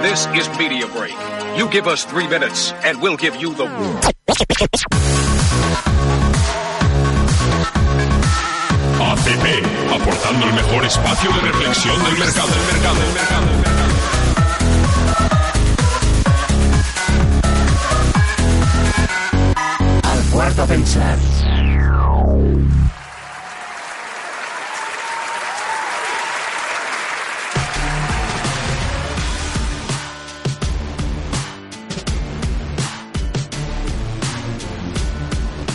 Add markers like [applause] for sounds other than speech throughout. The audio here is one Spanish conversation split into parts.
This is Media Break. You give us three minutes, and we'll give you the world. ACP, aportando el mejor espacio de reflexión del mercado. Del mercado, del mercado, del mercado. Al cuarto pensar.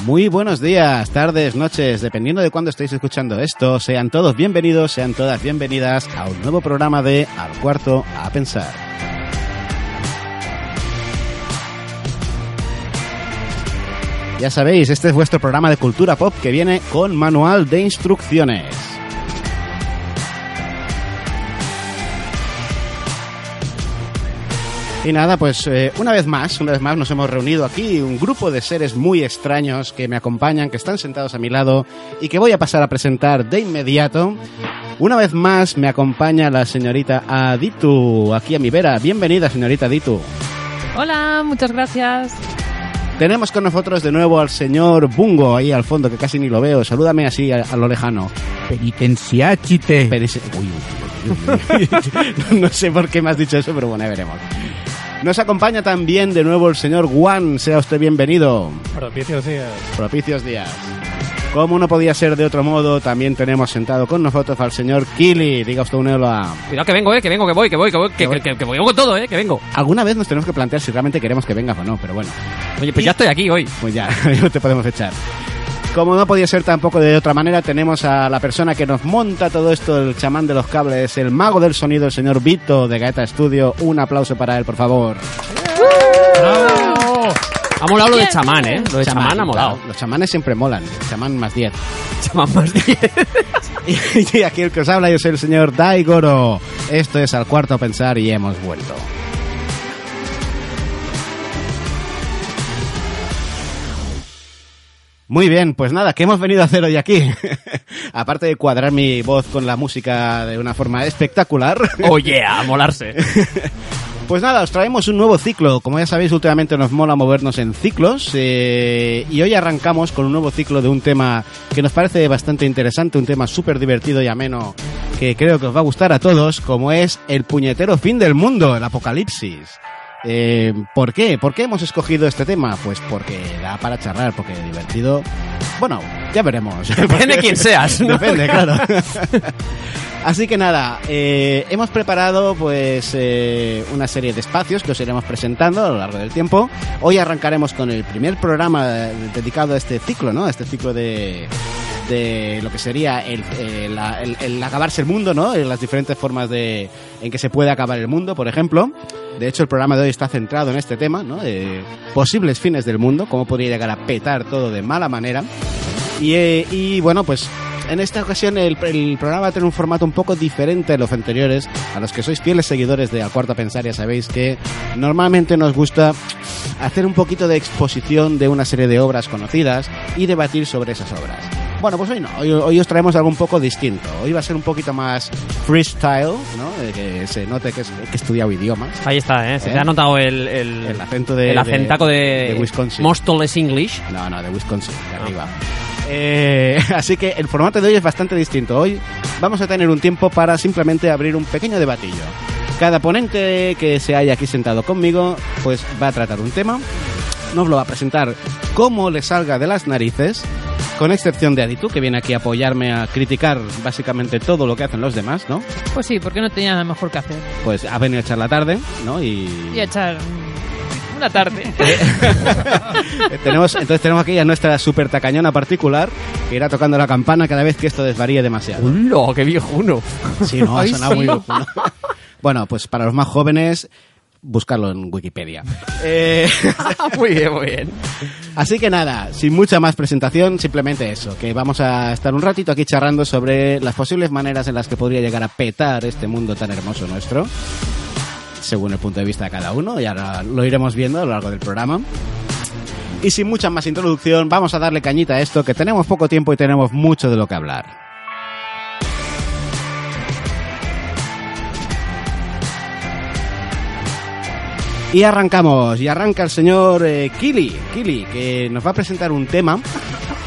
Muy buenos días, tardes, noches, dependiendo de cuándo estéis escuchando esto. Sean todos bienvenidos, sean todas bienvenidas a un nuevo programa de Al Cuarto a Pensar. Ya sabéis, este es vuestro programa de cultura pop que viene con manual de instrucciones. Y nada, pues eh, una vez más, una vez más nos hemos reunido aquí, un grupo de seres muy extraños que me acompañan, que están sentados a mi lado y que voy a pasar a presentar de inmediato. Una vez más me acompaña la señorita Aditu, aquí a mi vera. Bienvenida, señorita Aditu. Hola, muchas gracias. Tenemos con nosotros de nuevo al señor Bungo ahí al fondo, que casi ni lo veo. Salúdame así a, a lo lejano. Penitenciáchite. Pero ese- uy, uy, uy, uy, [laughs] uy. no sé por qué me has dicho eso, pero bueno, ya veremos. Nos acompaña también de nuevo el señor Juan. Sea usted bienvenido. Propicios días. Propicios días. Como no podía ser de otro modo, también tenemos sentado con nosotros al señor Kili. Diga usted un hola. Cuidado que vengo, eh, que vengo, que voy, que voy, que voy, que, que, que- que voy con todo, eh, que vengo. Alguna vez nos tenemos que plantear si realmente queremos que vengas o no, pero bueno, Oye, pues ya estoy aquí hoy. pues ya, [laughs] no te podemos echar. Como no podía ser tampoco de otra manera, tenemos a la persona que nos monta todo esto, el chamán de los cables, el mago del sonido, el señor Vito de Gaeta Studio. Un aplauso para él, por favor. ¡Oh! Ha molado lo de chamán, eh. Lo de chamán, ha molado. Los chamanes siempre molan. Chamán más 10. [laughs] Chamán más [laughs] Y aquí el que os habla yo soy el señor Daigoro. Esto es Al Cuarto a Pensar y hemos vuelto. Muy bien, pues nada, ¿qué hemos venido a hacer hoy aquí? [laughs] Aparte de cuadrar mi voz con la música de una forma espectacular. Oye, a [laughs] molarse. Pues nada, os traemos un nuevo ciclo. Como ya sabéis, últimamente nos mola movernos en ciclos. eh, y hoy arrancamos con un nuevo ciclo de un tema que nos parece bastante interesante, un tema súper divertido y ameno que creo que os va a gustar a todos, como es el puñetero fin del mundo, el apocalipsis. Eh, ¿Por qué? ¿Por qué hemos escogido este tema? Pues porque da para charlar, porque divertido. Bueno, ya veremos. [laughs] Depende quién seas, ¿no? Depende, claro. Así que nada, eh, hemos preparado pues eh, una serie de espacios que os iremos presentando a lo largo del tiempo. Hoy arrancaremos con el primer programa eh, dedicado a este ciclo, ¿no? A este ciclo de, de lo que sería el, eh, la- el- el acabarse el mundo, ¿no? Eh, Las diferentes formas de, en que se puede acabar el mundo, por ejemplo. De hecho, el programa de hoy está centrado en este tema, ¿no? Eh, posibles fines del mundo, cómo podría llegar a petar todo de mala manera. Y, eh, y, bueno, pues en esta ocasión el, el programa va a tener un formato un poco diferente a los anteriores. A los que sois fieles seguidores de Al Cuarto a Pensar ya sabéis que normalmente nos gusta hacer un poquito de exposición de una serie de obras conocidas y debatir sobre esas obras. Bueno, pues hoy no, hoy, hoy os traemos algo un poco distinto. Hoy va a ser un poquito más freestyle, ¿no? Eh, que se note que, es- que he estudiado idiomas. Ahí está, eh. Se ¿Eh? te ha notado el, el, El acento de- el acentaco de, de- de Wisconsin. Mostoles English. No, no, de Wisconsin, de arriba. Eh, [laughs] así que el formato de hoy es bastante distinto. Hoy vamos a tener un tiempo para simplemente abrir un pequeño debatillo. Cada ponente que se haya aquí sentado conmigo, pues va a tratar un tema. Nos lo va a presentar como le salga de las narices, con excepción de Aditu, que viene aquí a apoyarme a criticar básicamente todo lo que hacen los demás, ¿no? Pues sí, porque no tenía nada mejor que hacer. Pues ha venido a echar la tarde, ¿no? Y, Y a echar mm, una [laughs] tarde. Eh, tenemos, entonces tenemos aquí a nuestra super tacañona particular que irá tocando la campana cada vez que esto desvaríe demasiado. ¡Hola, qué viejuno! [laughs] Sí, no, ha Ay, sonado sí. muy viejuno. Bueno, pues para los más jóvenes, buscarlo en Wikipedia. [laughs] Eh, Ah, muy bien, muy bien. así que nada, sin mucha más presentación, simplemente eso, que vamos a estar un ratito aquí charlando sobre las posibles maneras en las que podría llegar a petar este mundo tan hermoso nuestro, según el punto de vista de cada uno, y ahora lo iremos viendo a lo largo del programa. Y sin mucha más introducción, vamos a darle cañita a esto, que tenemos poco tiempo y tenemos mucho de lo que hablar. Y arrancamos, y arranca el señor eh, Kili, Kili, que nos va a presentar un tema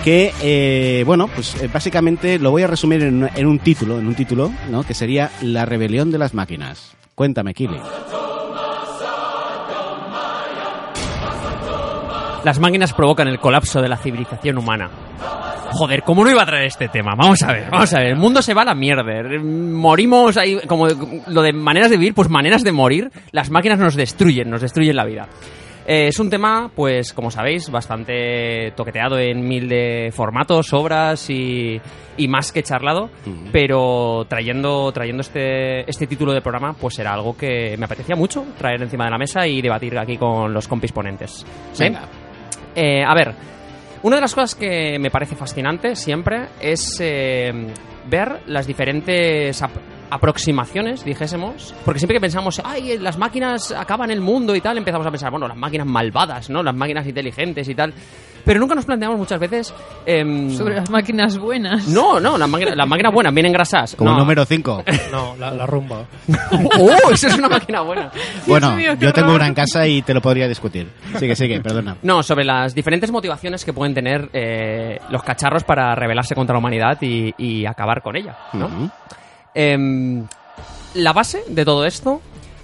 que, eh, bueno, pues eh, básicamente lo voy a resumir en, un- en un título, en un título, ¿no? Que sería La rebelión de las máquinas. Cuéntame, Kili. Las máquinas provocan el colapso de la civilización humana. Joder, ¿cómo no iba a traer este tema? Vamos a ver, vamos a ver. El mundo se va a la mierda. Morimos, ahí, como lo de maneras de vivir, pues maneras de morir. Las máquinas nos destruyen, nos destruyen la vida. Eh, es un tema, pues, como sabéis, bastante toqueteado en mil de formatos, obras y, y más que charlado. Pero trayendo, trayendo este, este título de programa, pues era algo que me apetecía mucho traer encima de la mesa y debatir aquí con los compis ponentes. ¿Sí? Venga. Eh, a ver, una de las cosas que me parece fascinante siempre es eh, ver las diferentes ap- aproximaciones, dijésemos, porque siempre que pensamos, ay, eh, las máquinas acaban el mundo y tal, empezamos a pensar, bueno, las máquinas malvadas, ¿no? Las máquinas inteligentes y tal, pero nunca nos planteamos muchas veces... em, Sobre las máquinas buenas. No, no, las máquinas, las máquinas buenas, vienen grasas. Como no. número [laughs] 5. No, la, la rumba. [laughs] ¡Oh, eso es una máquina buena! bueno, mío, qué yo tengo horror. una en casa y te lo podría discutir. Sigue, sigue, perdona. No, sobre las diferentes motivaciones que pueden tener eh, los cacharros para rebelarse contra la humanidad y, y acabar con ella, ¿no? Ujú. Em, la base de todo esto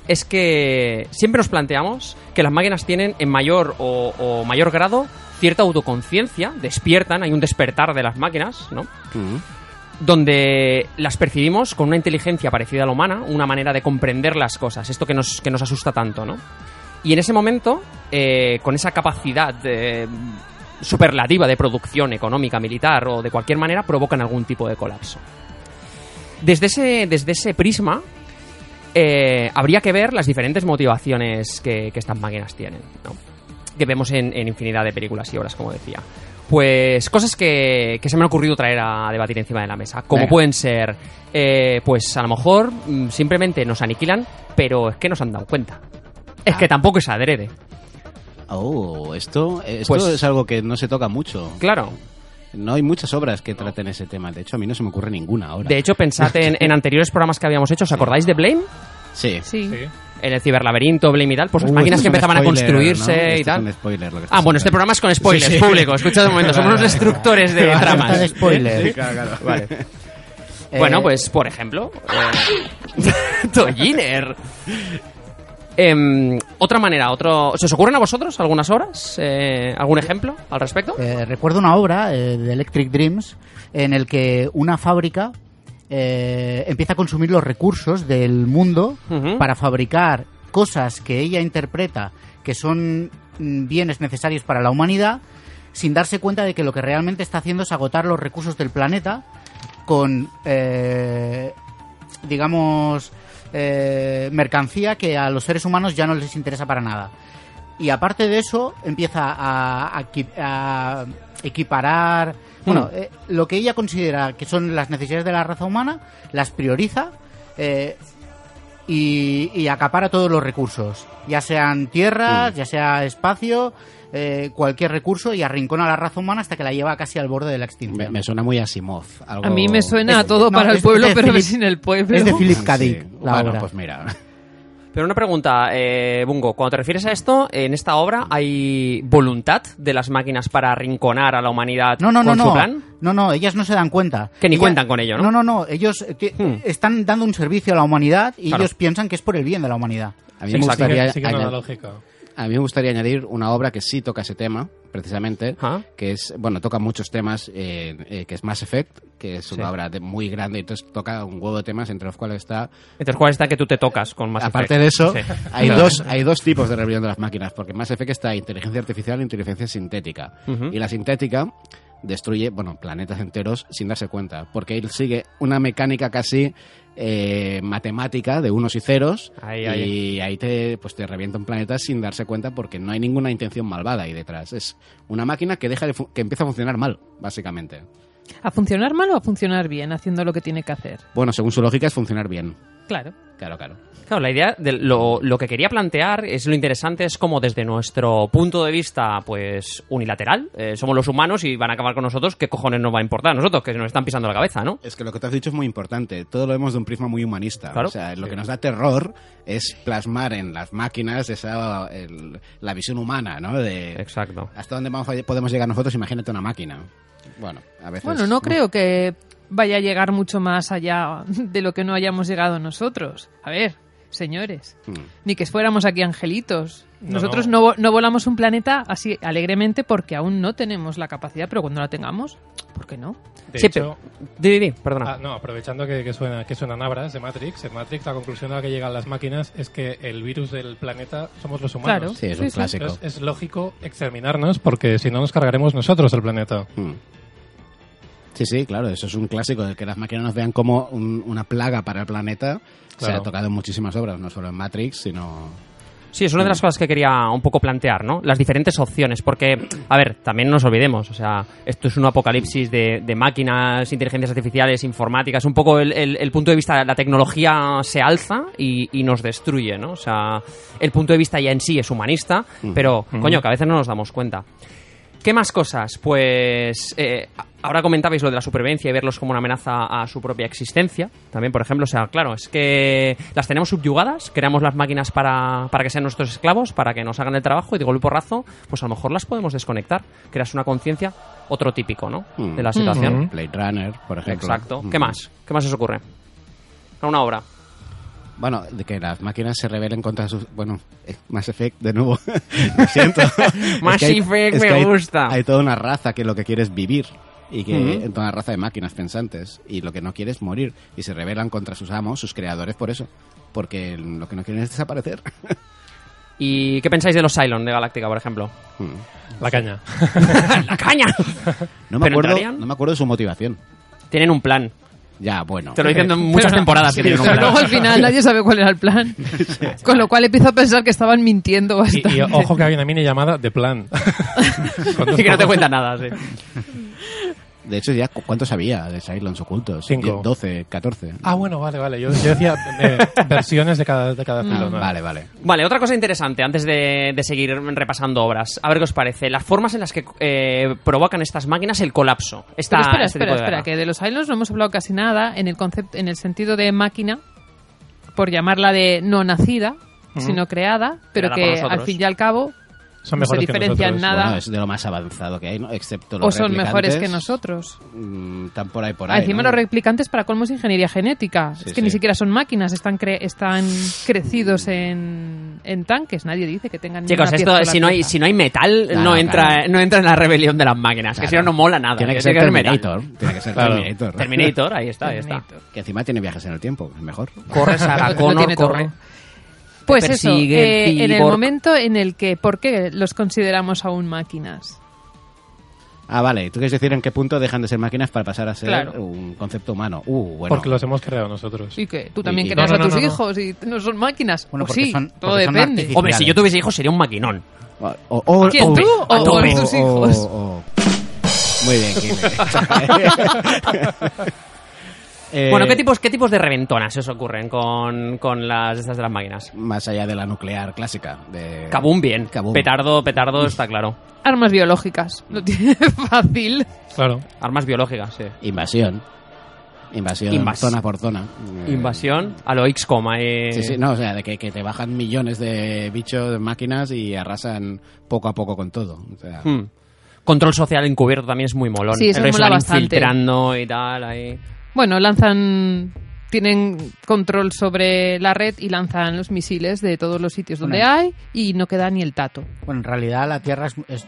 es que siempre nos planteamos que las máquinas tienen en mayor o, o mayor grado cierta autoconciencia, despiertan, hay un despertar de las máquinas, ¿no? Ujú. donde las percibimos con una inteligencia parecida a la humana, una manera de comprender las cosas, esto que nos, que nos asusta tanto, ¿no? Y en ese momento, eh, con esa capacidad eh, superlativa de producción económica, militar o de cualquier manera, provocan algún tipo de colapso. Desde ese, desde ese prisma, eh, habría que ver las diferentes motivaciones que, que estas máquinas tienen, ¿no? que vemos en, en infinidad de películas y obras, como decía. Pues cosas que, que se me han ocurrido traer a debatir encima de la mesa. Como Venga. pueden ser, eh, pues a lo mejor mm, simplemente nos aniquilan, pero es que nos han dado cuenta. Es que tampoco es adrede. Oh, esto, esto Pues- es algo que no se toca mucho. Claro. No hay muchas obras que traten ese tema. De hecho, a mí no se me ocurre ninguna ahora. De hecho, pensad en, en anteriores programas que habíamos hecho. ¿Os acordáis de Blame? sí. Sí. Sí. En el ciberlaberinto, Blame y tal. Pues las Uh, máquinas que esto es un empezaban a spoiler, ¿no? construirse Esto es y un tal. spoiler, lo que Ah, estás bueno, este hablando. programa es con spoilers, Sí, sí. público. Escuchad un [laughs] momento, somos los destructores de tramas. spoiler. Vale. Eh, Bueno, pues por ejemplo, eh, [laughs] Tolliner. Em, otra manera, otro. ¿Se os ocurren a vosotros algunas horas? Eh, ¿Algún ejemplo al respecto? Eh, recuerdo una obra eh, de Electric Dreams en el que una fábrica eh, empieza a consumir los recursos del mundo Ujú. para fabricar cosas que ella interpreta que son mm, bienes necesarios para la humanidad sin darse cuenta de que lo que realmente está haciendo es agotar los recursos del planeta con eh, digamos eh, mercancía que a los seres humanos ya no les interesa para nada y aparte de eso empieza a, a qui- a equiparar Mm. bueno eh, lo que ella considera que son las necesidades de la raza humana las prioriza eh, y, y acapara todos los recursos ya sean tierras Mm. ya sea espacio eh, cualquier recurso y arrincona a la raza humana hasta que la lleva casi al borde de la [laughs] extinción Me, me suena muy a Simov. algo- Ah, A mí me suena Es- todo no, para el es pueblo, de pero Philip- sin el pueblo. es de Philip Sí. K. Dick la bueno, obra pues mira. Pero una pregunta, eh, Bungo. Cuando te refieres a esto, en esta obra hay voluntad de las máquinas para arrinconar a la humanidad No, no, no, con su no. plan. No, no, ellas no se dan cuenta. Que ni Ella- cuentan con ello, ¿no? No, no, no. Ellos eh, que- Hmm. están dando un servicio a la humanidad y Claro. ellos piensan que es por el bien de la humanidad. A mí, me Sí, exacto. Sí gustaría que, sí que no da añadir, lógica. a mí me gustaría añadir una obra que sí toca ese tema, precisamente, Ajá. que es, bueno, toca muchos temas, eh, eh, que es Mass Effect, que es una obra de- muy grande, entonces toca un huevo de temas, entre los cuales está Entonces, ¿cuál está que tú te tocas con más Aparte de eso, hay, dos, hay dos tipos de rebelión de las máquinas, porque en Mass Effect está inteligencia artificial e inteligencia sintética. Ujú. Y la sintética destruye, bueno, planetas enteros sin darse cuenta, porque él sigue una mecánica casi eh, matemática de unos y ceros, Ahí, y ahí. ahí te, pues te revienta un planeta sin darse cuenta porque no hay ninguna intención malvada ahí detrás. Es una máquina que, deja de fu- que empieza a funcionar mal, básicamente. ¿A funcionar mal o a funcionar bien haciendo lo que tiene que hacer? Bueno, según su lógica es funcionar bien. Claro. Claro, claro. Claro, la idea de lo, lo que quería plantear es lo interesante, es como desde nuestro punto de vista, pues, unilateral, eh, somos los humanos y van a acabar con nosotros, ¿qué cojones nos va a importar a nosotros? Que nos están pisando la cabeza, ¿no? Es que lo que te has dicho es muy importante. Todo lo vemos de un prisma muy humanista. Claro. O sea, lo Sí. que nos da terror es plasmar en las máquinas esa, el- la visión humana, ¿no? De Exacto. hasta dónde vamos a- podemos llegar nosotros, imagínate una máquina. Bueno, a veces. Bueno, no creo que vaya a llegar mucho más allá de lo que no hayamos llegado nosotros. A ver, señores, ni que fuéramos aquí angelitos. Nosotros no, vo- no volamos un planeta así alegremente porque aún no tenemos la capacidad, pero cuando la tengamos, ¿por qué no? De Sí, hecho, Di, di, di, perdona. ah, no, aprovechando que, que suena que suena Nabras de Matrix, en Matrix la conclusión a la que llegan las máquinas es que el virus del planeta somos los Claro. humanos. Sí, es un Sí, sí. clásico. Entonces, es lógico exterminarnos porque si no nos cargaremos nosotros el planeta. Mm. Sí, sí, claro, eso es un clásico, el que las máquinas nos vean como un- una plaga para el planeta. Se Claro. ha tocado en muchísimas obras, no solo en Matrix, sino... Sí, es una de las cosas que quería un poco plantear, ¿no? Las diferentes opciones, porque, a ver, también no nos olvidemos, o sea, esto es un apocalipsis de, de máquinas, inteligencias artificiales, informáticas, un poco el, el- el punto de vista, la tecnología se alza y, y nos destruye, ¿no? O sea, el punto de vista ya en sí es humanista, pero, coño, que a veces no nos damos cuenta. ¿Qué más cosas? Pues eh, ahora comentabais lo de la supervivencia y verlos como una amenaza a su propia existencia. También, por ejemplo, o sea, claro, es que las tenemos subyugadas, creamos las máquinas para, para que sean nuestros esclavos, para que nos hagan el trabajo y de golpe y porrazo, pues a lo mejor las podemos desconectar. Creas una conciencia, otro típico, ¿no? Mm. De la situación. Blade Runner, por ejemplo. Exacto. Mm-hmm. Mm. ¿Qué más? ¿Qué más os ocurre? A una obra. Bueno, de que las máquinas se rebelen contra sus... Bueno, eh, Mass Effect de nuevo. [laughs] Lo siento. Mass hay- Effect me que hay- gusta. Hay toda una raza que lo que quiere es vivir. Y que toda una raza de máquinas pensantes. Y lo que no quiere es morir. Y se rebelan contra sus amos, sus creadores, por eso. Porque lo que no quieren es desaparecer. ¿Y qué pensáis de los Cylon de Galáctica, por [laughs] ejemplo? Mm. La caña. ¡La caña! No me, ¿Pero acuerdo, entrarían? no me acuerdo de su motivación. Tienen un plan. Ya, bueno. Te lo dicen en muchas Pero no. temporadas que tienen un plan. Luego al final nadie sabe cuál era el plan. Con lo cual empiezo a pensar que estaban mintiendo Y, bastante. y ojo que hay una mini llamada de plan. Con dos Así que no te pavos. cuenta nada, sí. De hecho, ya cu- ¿cuántos había de Silence ocultos? Cinco. 10, 12, 14. Ah, bueno, vale, vale. Yo, yo decía eh, versiones de cada, de cada Ah, filo. ¿no? Vale, vale. Vale, otra cosa interesante antes de, de seguir repasando obras. A ver qué os parece. Las formas en las que eh, provocan estas máquinas el colapso. Esta, Pero espera, este tipo espera, de espera, guerra. que de los Islands no hemos hablado casi nada en el concepto, en el sentido de máquina, por llamarla de no nacida, sino creada, pero Creada por que nosotros. al fin y al cabo Son no se mejores que diferencian nosotros. nada Pues Bueno, es de lo más avanzado que hay, ¿no? Excepto los o son mejores replicantes. que nosotros. Mm, Están por ahí, por Ah, ahí. Encima ¿no? los replicantes para colmo es ingeniería genética. Sí, es que ni sí. siquiera son máquinas, están cre- están crecidos en, en tanques. Nadie dice que tengan Chicos, ninguna esto, pieza si no, hay, sola. si no hay metal, Claro, no, entra, claro. no entra en la rebelión de las máquinas. Que Claro. si no, no mola nada. Tiene que ser haber metal. Terminator. Tiene que ser Claro. Terminator. Terminator, ahí está, ahí está. Terminator. [laughs] que encima tiene viajes en el tiempo, es mejor. Corre, [laughs] Sarah Lo Connor, tiene todo. corre. Pues Te eso, persigue el eh, en el cyborg. momento en el que, ¿por qué los consideramos aún máquinas? Ah, vale. ¿Tú quieres decir en qué punto dejan de ser máquinas para pasar a ser Claro. un concepto humano? Uh, bueno. Porque los hemos creado nosotros. Y que tú también Y- creas No, no, a tus no, no, no. hijos y no son máquinas. Bueno, Pues porque sí, son- todo porque son depende. artificiales. Hombre, si yo tuviese hijos sería un maquinón. O, Ah, o- o- ¿Quién, tú o- a tope. o tus hijos? o- Muy bien, Kile. Eh, Bueno, ¿qué tipos, ¿qué tipos de reventonas se os ocurren con, con las estas de las máquinas? Más allá de la nuclear clásica. De... Kabum bien. Kabum. Petardo, petardo, está claro. Armas biológicas. [laughs] Lo tiene fácil. Claro. Armas biológicas, sí. Invasión. Invasión Invas- zona por zona. Eh, Invasión a lo eh, XCOM. ahí. Sí, sí, no, o sea, de que, que te bajan millones de bichos, de máquinas y arrasan poco a poco con todo. O sea, Hmm. Control social encubierto también es muy molón. Sí, eso El rey se mola va bastante. infiltrando y tal. Ahí. Bueno, lanzan. Tienen control sobre la red y lanzan los misiles de todos los sitios donde Bueno. hay y no queda ni el tato. Bueno, en realidad la Tierra es- es-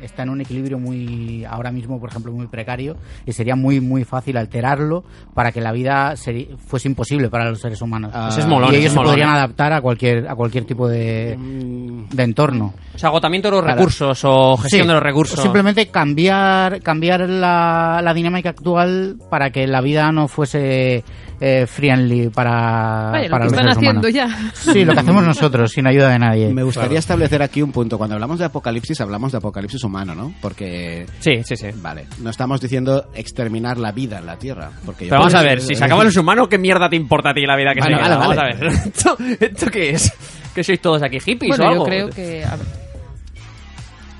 está en un equilibrio muy, ahora mismo, por ejemplo, muy precario y sería muy, muy fácil alterarlo para que la vida seri- fuese imposible para los seres humanos. Ah, Ese es molón. y ese ellos es se molón. podrían adaptar a cualquier, a cualquier tipo de, mm, de entorno. O sea, agotamiento de los Para- recursos o gestión Sí, de Pues los recursos. Simplemente cambiar, cambiar la, la dinámica actual para que la vida no fuese eh, friendly para, Vaya, Ah, para lo que están los seres haciendo humanos. ya. Sí, lo que hacemos nosotros, sin ayuda de nadie. Me gustaría Claro. establecer aquí un punto. Cuando hablamos de apocalipsis, hablamos de apocalipsis humano, ¿no? Porque. Sí, sí, sí. Vale, no estamos diciendo exterminar la vida en la Tierra. Porque yo Pero vamos a creo- ver, si se acaban los humanos, ¿qué mierda te importa a ti la vida que Bueno, se acaba? pues, eh, vale, Vamos a vale. ver. [laughs] ¿Esto, esto qué es? ¿Que sois todos aquí hippies [laughs] o Bueno, yo algo? pues. creo que hab-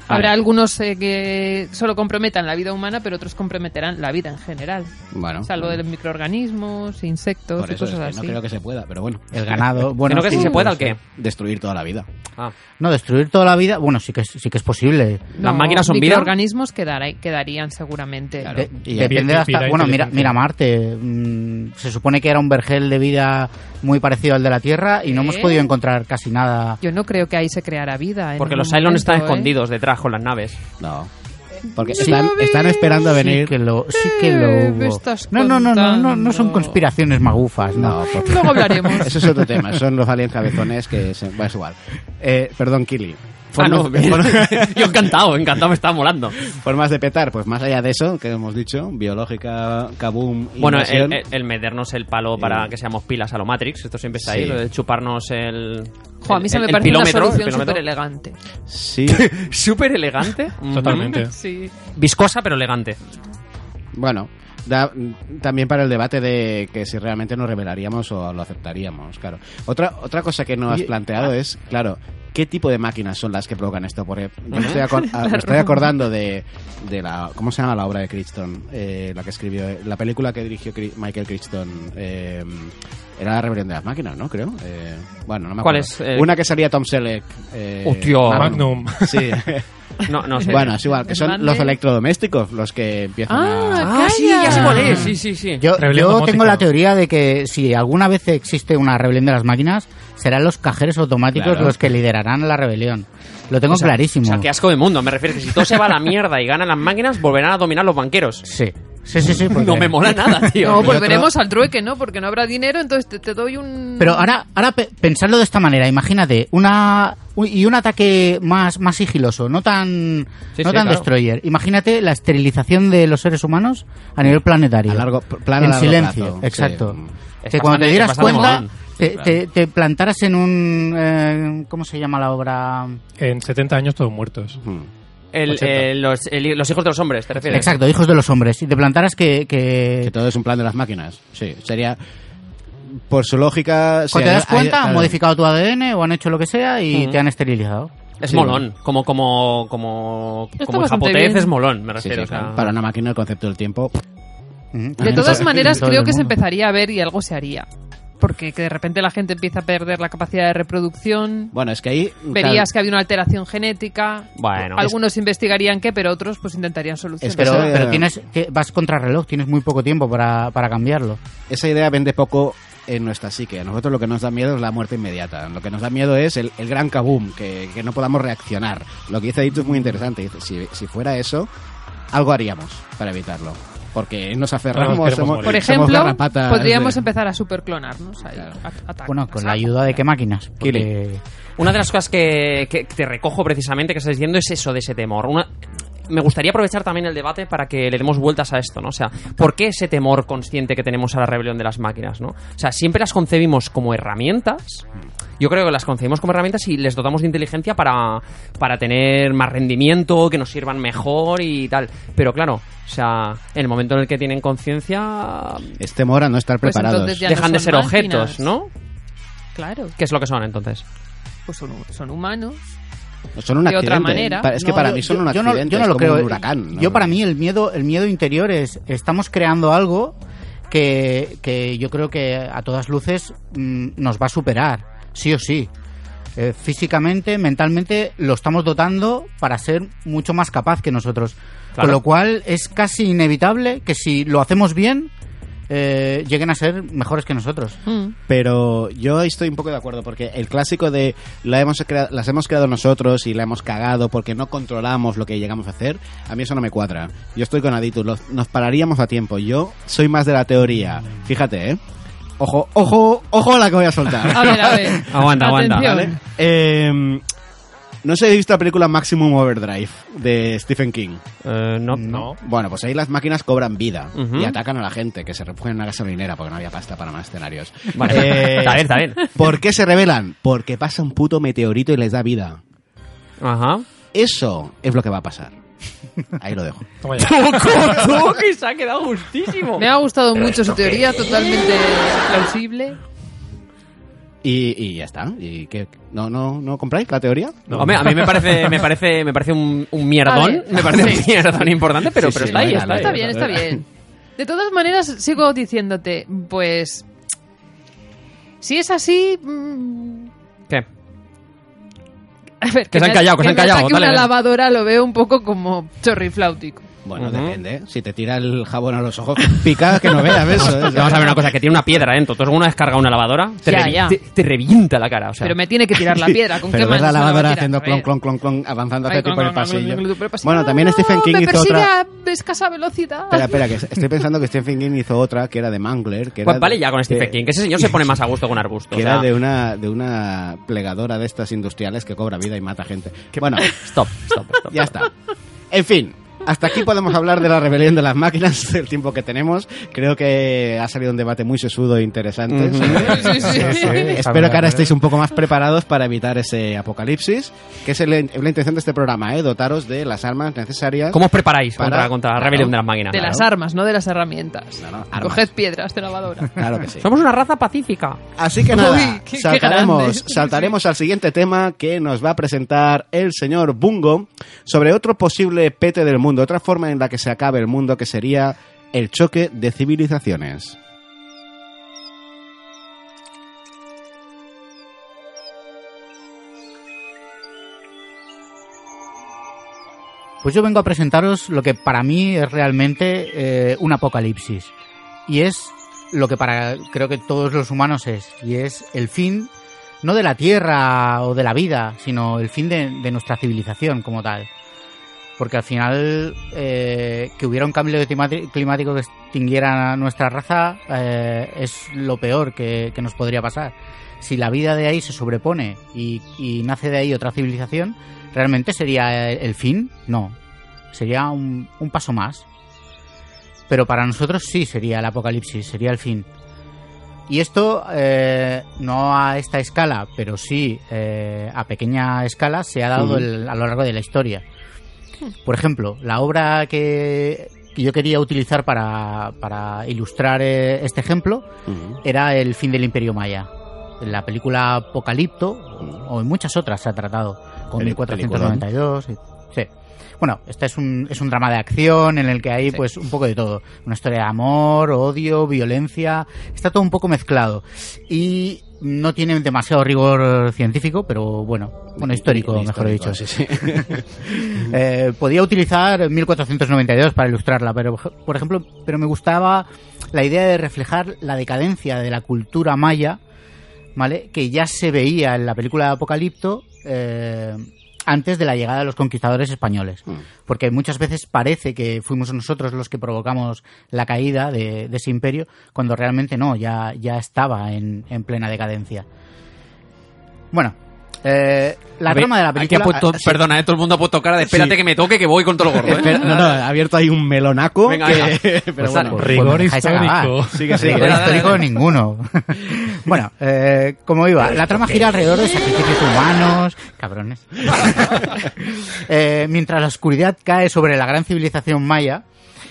habrá algunos eh, que solo comprometan la vida humana, pero otros comprometerán la vida en general. Bueno. Salvo de los microorganismos, insectos Por y eso es cosas que así. no creo que se pueda, pero bueno. El ganado. Bueno, ¿Que no que sí, si se pueda pues, o qué? Destruir toda la vida. Ah. No, destruir toda la vida. Bueno, sí que, es- sí que es posible. ¿Las máquinas son vida? microorganismos quedará- quedarían seguramente. De- y Eh, depende hay- hasta. hay Bueno, mira, inteligencia. mira Marte. mm, se supone que era un vergel de vida muy parecido al de la Tierra y no hemos ¿Eh? podido encontrar casi nada. Yo no creo que ahí se creara vida. en Porque ningún los Cylon están momento, ¿eh? escondidos detrás con las naves. No. Porque están, están esperando a Sí venir. que lo, sí que lo Eh, me hubo. estás No, no, no, no, no, no son contando. conspiraciones magufas, no. No, porque- [laughs] Luego hablaremos. Eso es otro tema. Son los aliens cabezones que. Se... Bueno, es igual. Eh, perdón, Kili. Ah, no. Formas- formas- [laughs] Yo encantado, encantado, me estaba molando. Formas de petar, pues más allá de eso que hemos dicho, biológica, kaboom, Bueno, eh, invasión. el, el- el meternos el palo para Eh. que seamos pilas a lo Matrix, esto siempre está ahí, Sí. lo de chuparnos el. Jo, a mí el- se me el parece una pilómetro, el solución pilómetro. súper elegante. sí. Súper [laughs] elegante. Totalmente. Sí. Mm. Viscosa, pero elegante. Bueno, da- también para el debate de que si realmente nos revelaríamos o lo aceptaríamos, claro. Otra, otra cosa que no has planteado ah. es, claro, ¿qué tipo de máquinas son las que provocan esto? Porque yo me estoy, [laughs] acor- a- me estoy acordando de, de la... ¿Cómo se llama la obra de Crichton? Eh, la que escribió... eh, La película que dirigió Cri- Michael Crichton... eh, era la rebelión de las máquinas, ¿no? Creo. Eh, bueno, no me acuerdo. ¿Cuál es? Eh, Una que salía Tom Selleck. Eh, Hostia. Magnum. [laughs] Sí. No, no sé. bueno, es igual, que son Batman. los electrodomésticos los que empiezan a... Ah, Ah, sí, ya sé calla. cuál es. Sí, sí, sí. Yo, Rebelión yo domótica. tengo la teoría de que si alguna vez existe una rebelión de las máquinas, serán los cajeros automáticos Claro. los que liderarán la rebelión. Lo tengo O sea, clarísimo. O sea, qué asco de mundo. Me refiero que si todo se va a la mierda y ganan las máquinas, volverán a dominar los banqueros. Sí, sí, sí, [laughs] sí. porque- No pues, me mola nada, tío. No, otro- volveremos al trueque, ¿no? Porque no habrá dinero, entonces te, te doy un... Pero ahora, ahora pe- pensadlo de esta manera, imagínate, una u- y un ataque más, más sigiloso, no tan, Sí, no tan sí, claro. destroyer. Imagínate la esterilización de de los seres humanos a nivel planetario. A largo- plan a en largo silencio, plazo, exacto. sí. Mm. Es Que cuando bastante- te dieras es bastante cuenta, molón. te, te- te plantaras en un... eh, ¿Cómo se llama la obra? En 70 años todos muertos. El- eh, los, el- los hijos de los hombres, ¿te refieres? Exacto, Hijos de los Hombres. Y te plantaras que... que- Que todo es un plan de las máquinas. Sí, sería. Por su lógica. sí, cuando te das hay- hay- cuenta, han claro. modificado tu ADN o han hehecho lo que sea y te han esterilizado. Es Sí. molón. Como, como, como, Está como el bastante japotez bien. es molón, me Sí, refiero. sí, o sea, claro. Para una máquina, el concepto del tiempo. Ujú. De todas maneras, Todo creo el que se mundo. empezaría a ver y algo se haría. Porque que de repente la gente empieza a perder la capacidad de reproducción. Bueno, es que ahí. Verías que había una alteración genética. Bueno. Algunos investigarían qué, pero otros pues intentarían solucionar. Es Pero, que se- pero tienes, ti- vas contra reloj, tienes muy poco tiempo para, para cambiarlo. claro, Esa idea vende poco en nuestra psique. A nosotros lo que nos da miedo es la muerte inmediata. Lo que nos da miedo es el, el gran kaboom, que, que no podamos reaccionar. Lo que dice Dito es muy interesante. Dice: si, si fuera eso, algo haríamos para evitarlo. Porque nos aferramos. queremos somos- morir. Por somos ejemplo, garrapatas podríamos em- de- empezar a superclonarnos. ahí, a- a- Bueno, con a- la ayuda de qué máquinas. Porque Una de las cosas que, que te recojo precisamente que estás diciendo es eso de ese temor. Una- me gustaría aprovechar también el debate para que le demos vueltas a esto, ¿no? O sea, ¿por qué ese temor consciente que tenemos a la rebelión de las máquinas, ¿no? O sea, siempre las concebimos como herramientas. Yo creo que las concebimos como herramientas y les dotamos de inteligencia para, para tener más rendimiento, que nos sirvan mejor y tal. Pero claro, o sea, en el momento en el que tienen conciencia, Es temor este a no estar Pues preparados. entonces ya no dejan de son ser máquinas. objetos, ¿no? Claro, ¿Qué es lo que son entonces? pues son, son humanos. Son un De otra accidente. manera. Pa- Es que No, para yo- mí son yo- un yo no- accidente. Yo no, es lo como creo. eh, un huracán. ¿no? Yo para mí el miedo, el miedo interior es estamos creando algo que, que yo creo que a todas luces mm, nos va a superar, sí o sí. Eh, físicamente, mentalmente, lo estamos dotando para ser mucho más capaz que nosotros. Claro. Con lo cual es casi inevitable que si lo hacemos bien, eh, lleguen a ser mejores que nosotros. Mm. Pero yo ahí estoy un poco de acuerdo porque el clásico de la hemos crea- las hemos creado nosotros y la hemos cagado porque no controlamos lo que llegamos a hacer, a mí eso no me cuadra. Yo estoy con Aditus, los- nos pararíamos a tiempo. Yo soy más de la teoría. Fíjate, ¿eh? Ojo, [laughs] ojo, ojo a la que voy a soltar. [laughs] A ver, a ver. Aguanta, aguanta. Atención. ¿vale? Eh, No sé si he visto la película Maximum Overdrive de Stephen King. Eh, no. No. Bueno, pues ahí las máquinas cobran vida Ujú. y atacan a la gente que se refugia en una gasolinera porque no había pasta para más escenarios. Vale. [laughs] Eh, [laughs] Está bien, está bien. ¿Por qué se rebelan? Porque pasa un puto meteorito y les da vida. Ajá. Eso es lo que va a pasar. Ahí lo dejo. Toma ya. ¡Tú, que se ha quedado justísimo! Me ha gustado mucho su teoría, totalmente plausible. Y, y ya está. ¿Y qué? ¿No, no, ¿No compráis la teoría? Hombre, a mí me parece, me parece, me parece un, un A mierdón. ver. Me parece un mierdón importante, pero, Sí, pero sí, está ahí, venga, está ahí. Está bien, está bien. De todas maneras, sigo diciéndote, pues... Si es así... mm, ¿Qué? A ver, Que se han me- callado, que se han me callado, ataque dale, una dale. lavadora lo veo un poco como chorrifláutico. Bueno, Ujú. depende. Si te tira el jabón a los ojos, pica que no veas eso. ¿eh? Vamos a ver una cosa, que tiene una piedra dentro. Entonces, una descarga una lavadora, te, Ya, revi- ya. te- te revienta la cara. O sea, Pero me tiene que tirar la piedra. ¿Con Pero qué ves manos la me va a lavadora tirar? haciendo A clon, ver. clon, clon, clon, avanzando hacia Ay, ti clon, por el clon, clon, pasillo. clon, clon, por el pasillo. Bueno, también No, Stephen King me hizo persigue otra... a escasa velocidad. Espera, espera, que estoy pensando que Stephen King hizo otra que era de Mangler. Que era Pues vale ya con Stephen de- King, que ese señor [laughs] se pone más a gusto con arbustos. Que o sea, era de una, de una plegadora de estas industriales que cobra vida y mata gente. Bueno, Stop, stop, stop. ya está. En fin, hasta aquí podemos hablar de la rebelión de las máquinas, [laughs] del tiempo que tenemos. Creo que ha salido un debate muy sesudo e interesante. [laughs] sobre- [laughs] Sí, sí, sí. Espero que ahora estéis un poco más preparados para evitar ese apocalipsis, que es el- es la intención de este programa, ¿eh? dotaros de las armas necesarias. ¿Cómo os preparáis Para- contra, contra la Claro. rebelión de las máquinas? De las armas, no de las herramientas. No, no, armas. Coged piedras [laughs] de lavadora. Claro que sí. Somos una raza pacífica. Así que nada, Uy, Ah, qué- qué saltaremos, grande. saltaremos al siguiente tema que nos va a presentar el señor Bungo sobre otro posible pete del mundo, otra forma en la que se acabe el mundo que sería el choque de civilizaciones. Pues yo vengo a presentaros lo que para mí es realmente eh, un apocalipsis. Y es lo que para creo que todos los humanos es. Y es el fin, no de la Tierra o de la vida, sino el fin de, de nuestra civilización como tal. Porque al final, eh, que hubiera un cambio de climati- climático que extinguiera a nuestra raza eh, es lo peor que, que nos podría pasar. Si la vida de ahí se sobrepone y- y nace de ahí otra civilización, ¿Realmente sería el fin? No. Sería un, un paso más. Pero para nosotros sí sería el apocalipsis, sería el fin. Y esto eh, no a esta escala, pero sí eh, a pequeña escala se ha dado Ujú. el- a lo largo de la historia. Por ejemplo, la obra que, que yo quería utilizar para, para ilustrar eh, este ejemplo era el fin del Imperio Maya. En la película Apocalipto, o en muchas otras se ha tratado, con Peli- 1492. y- sí. Bueno, este es un, es un drama de acción en el que hay pues un poco de todo. Una historia de amor, odio, violencia. Está todo un poco mezclado. Y no tiene demasiado rigor científico, pero bueno, bueno, histórico, Histórico, mejor dicho. sí, sí. Eh, podía utilizar 1492 para ilustrarla, pero por ejemplo, pero me gustaba la idea de reflejar la decadencia de la cultura maya, ¿vale? Que ya se veía en la película de Apocalipto eh, antes de la llegada de los conquistadores españoles. Mm. Porque muchas veces parece que fuimos nosotros los que provocamos la caída de, de ese imperio, cuando realmente no, ya, ya estaba en, en plena decadencia. Bueno, eh, la A ver, trama de la aquí ha película... puesto- ah, sí. Perdona, eh, todo el mundo ha puesto cara de espérate Sí. que me toque, que voy con todo lo gordo. ¿eh?". Espera, no, no, ha abierto ahí un melonaco. Venga, que- venga. pero Pues bueno, dale. Rigor me dejáis acabar. histórico. sigue, sigue. Dale, Rigor dale, histórico dale. ninguno. [laughs] bueno, eh, como iba, la trama gira alrededor de sacrificios humanos, cabrones. Eh, mientras la oscuridad cae sobre la gran civilización maya,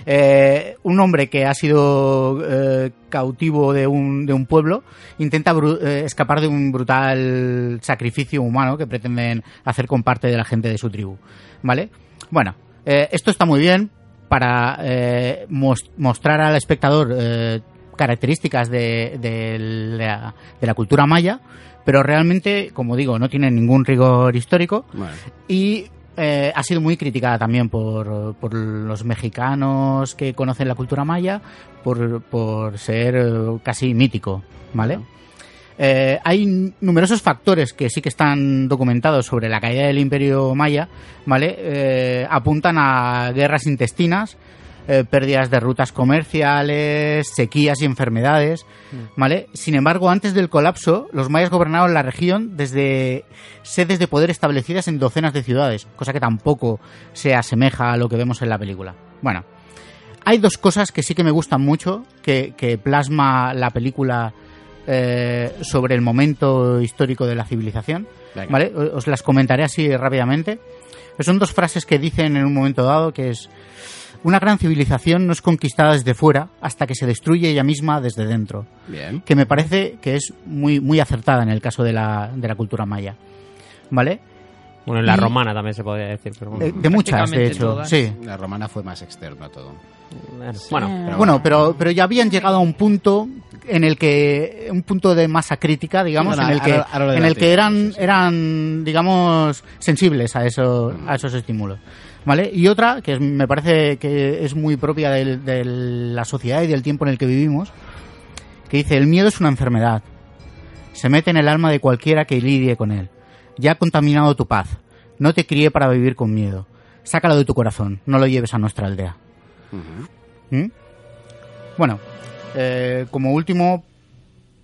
eh, un hombre que ha sido eh, cautivo de un, de un pueblo intenta bru- eh, escapar de un brutal sacrificio humano que pretenden hacer con parte de la gente de su tribu. ¿Vale? Bueno, eh, esto está muy bien para eh, mos- mostrar al espectador eh, características de, de la, de la cultura maya, pero realmente, como digo, no tiene ningún rigor histórico Bueno, y eh, ha sido muy criticada también por, por los mexicanos que conocen la cultura maya por, por ser eh, casi mítico, ¿vale? Eh, hay n- numerosos factores que sí que están documentados sobre la caída del imperio maya, ¿vale? Eh, apuntan a guerras intestinas, eh, pérdidas de rutas comerciales, sequías y enfermedades, ¿vale? Sin embargo, antes del colapso, los mayas gobernaron la región desde sedes de poder establecidas en docenas de ciudades, cosa que tampoco se asemeja a lo que vemos en la película. Bueno, hay dos cosas que sí que me gustan mucho, que, que plasma la película eh, sobre el momento histórico de la civilización. Venga. ¿Vale? O- Os las comentaré así rápidamente. Pues son dos frases que dicen en un momento dado, que es una gran civilización no es conquistada desde fuera hasta que se destruye ella misma desde dentro Bien. que me parece que es muy, muy acertada en el caso de la, de la cultura maya. ¿Vale? Bueno, en la Y- romana también se podría decir, pero bueno. Eh, De, de muchas, de Prácticamente hecho. todas. Sí. La romana fue más externo a todo. Bueno, Bueno, pero, pero ya habían llegado a un punto en el que. un punto de masa crítica, digamos, Bueno, en el que, ahora- ahora lo en el que debatimos, eran, sí, sí. eran digamos, sensibles a, eso, a esos estímulos. ¿Vale? Y otra, que es- me parece que es muy propia del- de, la sociedad y del tiempo en el que vivimos, que dice: el miedo es una enfermedad. Se mete en el alma de cualquiera que lidie con él. Ya ha contaminado tu paz. No te crié para vivir con miedo. Sácalo de tu corazón. No lo lleves a nuestra aldea. ¿Mm? Bueno, eh, como último,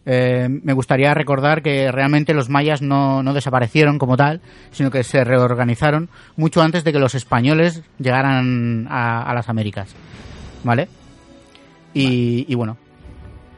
eh, me gustaría recordar que realmente los mayas no, no desaparecieron como tal, sino que se reorganizaron mucho antes de que los españoles llegaran a, a las Américas. ¿Vale? Y, y bueno,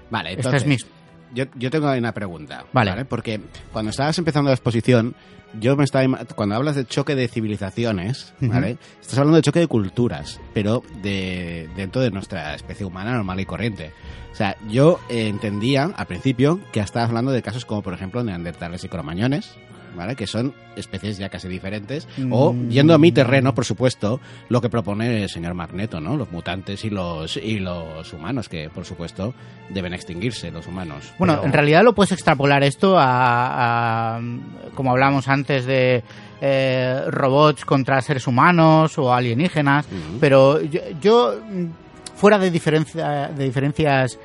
Vale, esta entonces. es mi... Yo, yo tengo ahí una pregunta. Vale. Porque cuando estabas empezando la exposición, yo me estaba. ima- Cuando hablas de choque de civilizaciones, Ujú. ¿vale? Estás hablando de choque de culturas, pero de, dentro de nuestra especie humana normal y corriente. O sea, yo eh, entendía al principio que estabas hablando de casos como, por ejemplo, neandertales y cromañones. ¿Vale? Que son especies ya casi diferentes. O, Mm. yendo a mi terreno, por supuesto, lo que propone el señor Magneto, ¿no? Los mutantes y los, y los humanos, que, por supuesto, deben extinguirse los humanos. Bueno, Pero- en realidad lo puedes extrapolar esto a, a, como hablamos antes de eh, robots contra seres humanos o alienígenas, pero yo, yo, mm, fuera de diferencia de diferencias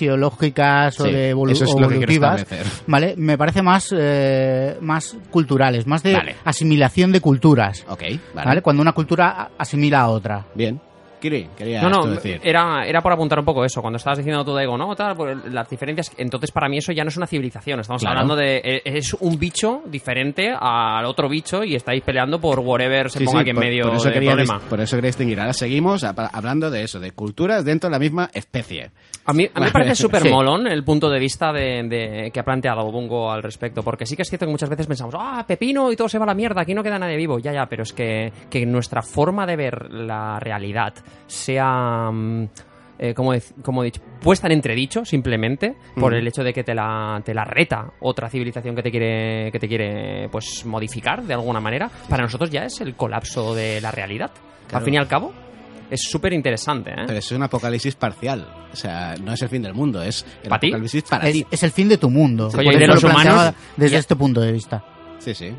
fisiológicas o Sí, de evolu- eso es lo que quiero evolutivas, establecer. vale, me parece más eh, más culturales, más de Vale. asimilación de culturas, Ok, vale. vale. Cuando una cultura a- asimila a otra. Bien. Kiri, quería no, eh, no, decir. era, era por apuntar un poco eso. Cuando estabas diciendo tú, Diego, no, tal, pues, las diferencias. Entonces, para mí, eso ya no es una civilización. Estamos Claro. hablando de. eh, Es un bicho diferente al otro bicho y estáis peleando por whatever se Sí, ponga sí, aquí en por- medio por eso del quería dis- problema. Por eso quería distinguir. Ahora seguimos a- hablando de eso, de culturas dentro de la misma especie. A mí, a mí me Vale. parece súper [laughs] Sí. molón el punto de vista de, de- que ha planteado Bungo al respecto, porque sí que es cierto que muchas veces pensamos, ah, Pepino y todo se va a la mierda, aquí no queda nadie vivo, ya, ya, pero es que, que nuestra forma de ver la realidad sea, mm, eh, como, dec- como he dicho, puesta en entredicho simplemente por el hecho de que te la, te la reta otra civilización que te quiere, que te quiere pues, modificar de alguna manera, para nosotros ya es el colapso de la realidad, al Claro. fin y al cabo. Es súper interesante, ¿eh? Pero es un apocalipsis parcial. O sea, no es el fin del mundo, es el ¿Pa' ti? apocalipsis para Es, ti. es el fin de tu mundo. Oye, Por y de eso los lo planteaba humanos, desde ya- este punto de vista. Sí, sí.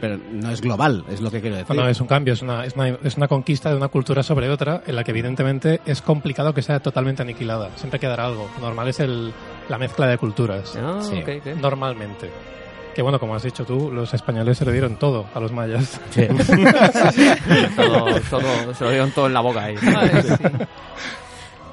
Pero no es global, es lo que quiero decir. Bueno, es un cambio, es una, es, una, es una conquista de una cultura sobre otra en la que evidentemente es complicado que sea totalmente aniquilada. Siempre quedará algo. Lo Normal es el, la mezcla de culturas. Ah, Sí. ok, ok. Normalmente. Que bueno, como has dicho tú, los españoles se le dieron todo a los mayas. todo, todo- se lo dieron todo en la boca ahí. [laughs]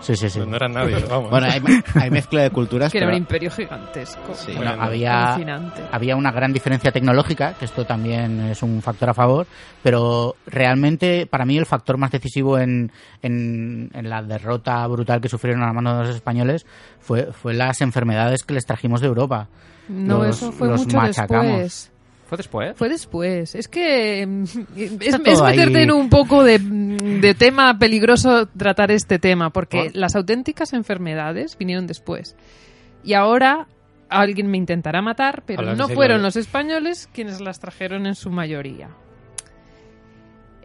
Sí, sí, sí. [laughs] No [laughs] eran nadie, vamos. Bueno, hay, hay mezcla de culturas. Que era un pero- imperio gigantesco. Sí. Bueno, Tremendo. había, Alucinante. había una gran diferencia tecnológica, que esto también es un factor a favor, pero realmente para mí el factor más decisivo en, en- en la derrota brutal que sufrieron a la mano de los españoles fue, fue las enfermedades que les trajimos de Europa. No, Los- eso fue los mucho machacamos. después. Fue después. Fue después. Es que mm, [laughs] es, todo es meterte ahí. en un poco de, mm, de tema peligroso tratar este tema, porque las auténticas enfermedades vinieron después. Y ahora alguien me intentará matar, pero Hablas de no siglo fueron de- los españoles quienes las trajeron en su mayoría.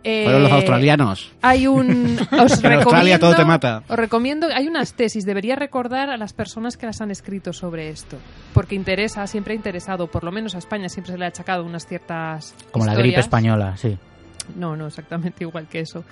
Fueron los Eh, australianos. [laughs] hay un. Os En Australia recomiendo, todo te mata. Os recomiendo. Hay unas tesis. Debería recordar a las personas que las han escrito sobre esto. Porque interesa, siempre ha interesado. Por lo menos a España siempre se le ha achacado unas ciertas. Como la gripe historias. española, sí. No, no, exactamente igual que eso.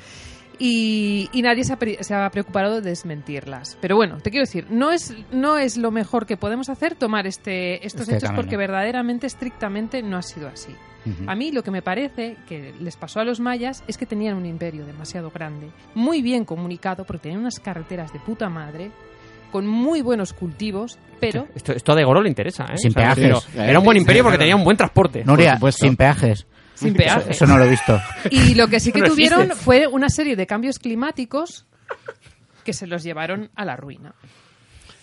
Y, y nadie se ha, pre- se ha preocupado de desmentirlas. Pero bueno, te quiero decir, no es, no es lo mejor que podemos hacer tomar este, estos Este hechos camino. porque verdaderamente, estrictamente, no ha sido así. Ujú. A mí lo que me parece que les pasó a los mayas es que tenían un imperio demasiado grande, muy bien comunicado porque tenían unas carreteras de puta madre, con muy buenos cultivos, pero Esto, esto a De Goro le interesa, ¿eh? Sin pero peajes. Era un buen imperio porque claro. tenía un buen transporte. Nuria, supuesto. sin peajes. sin peaje. Eso no lo he visto. Y lo que sí que No existe. tuvieron fue una serie de cambios climáticos que se los llevaron a la ruina.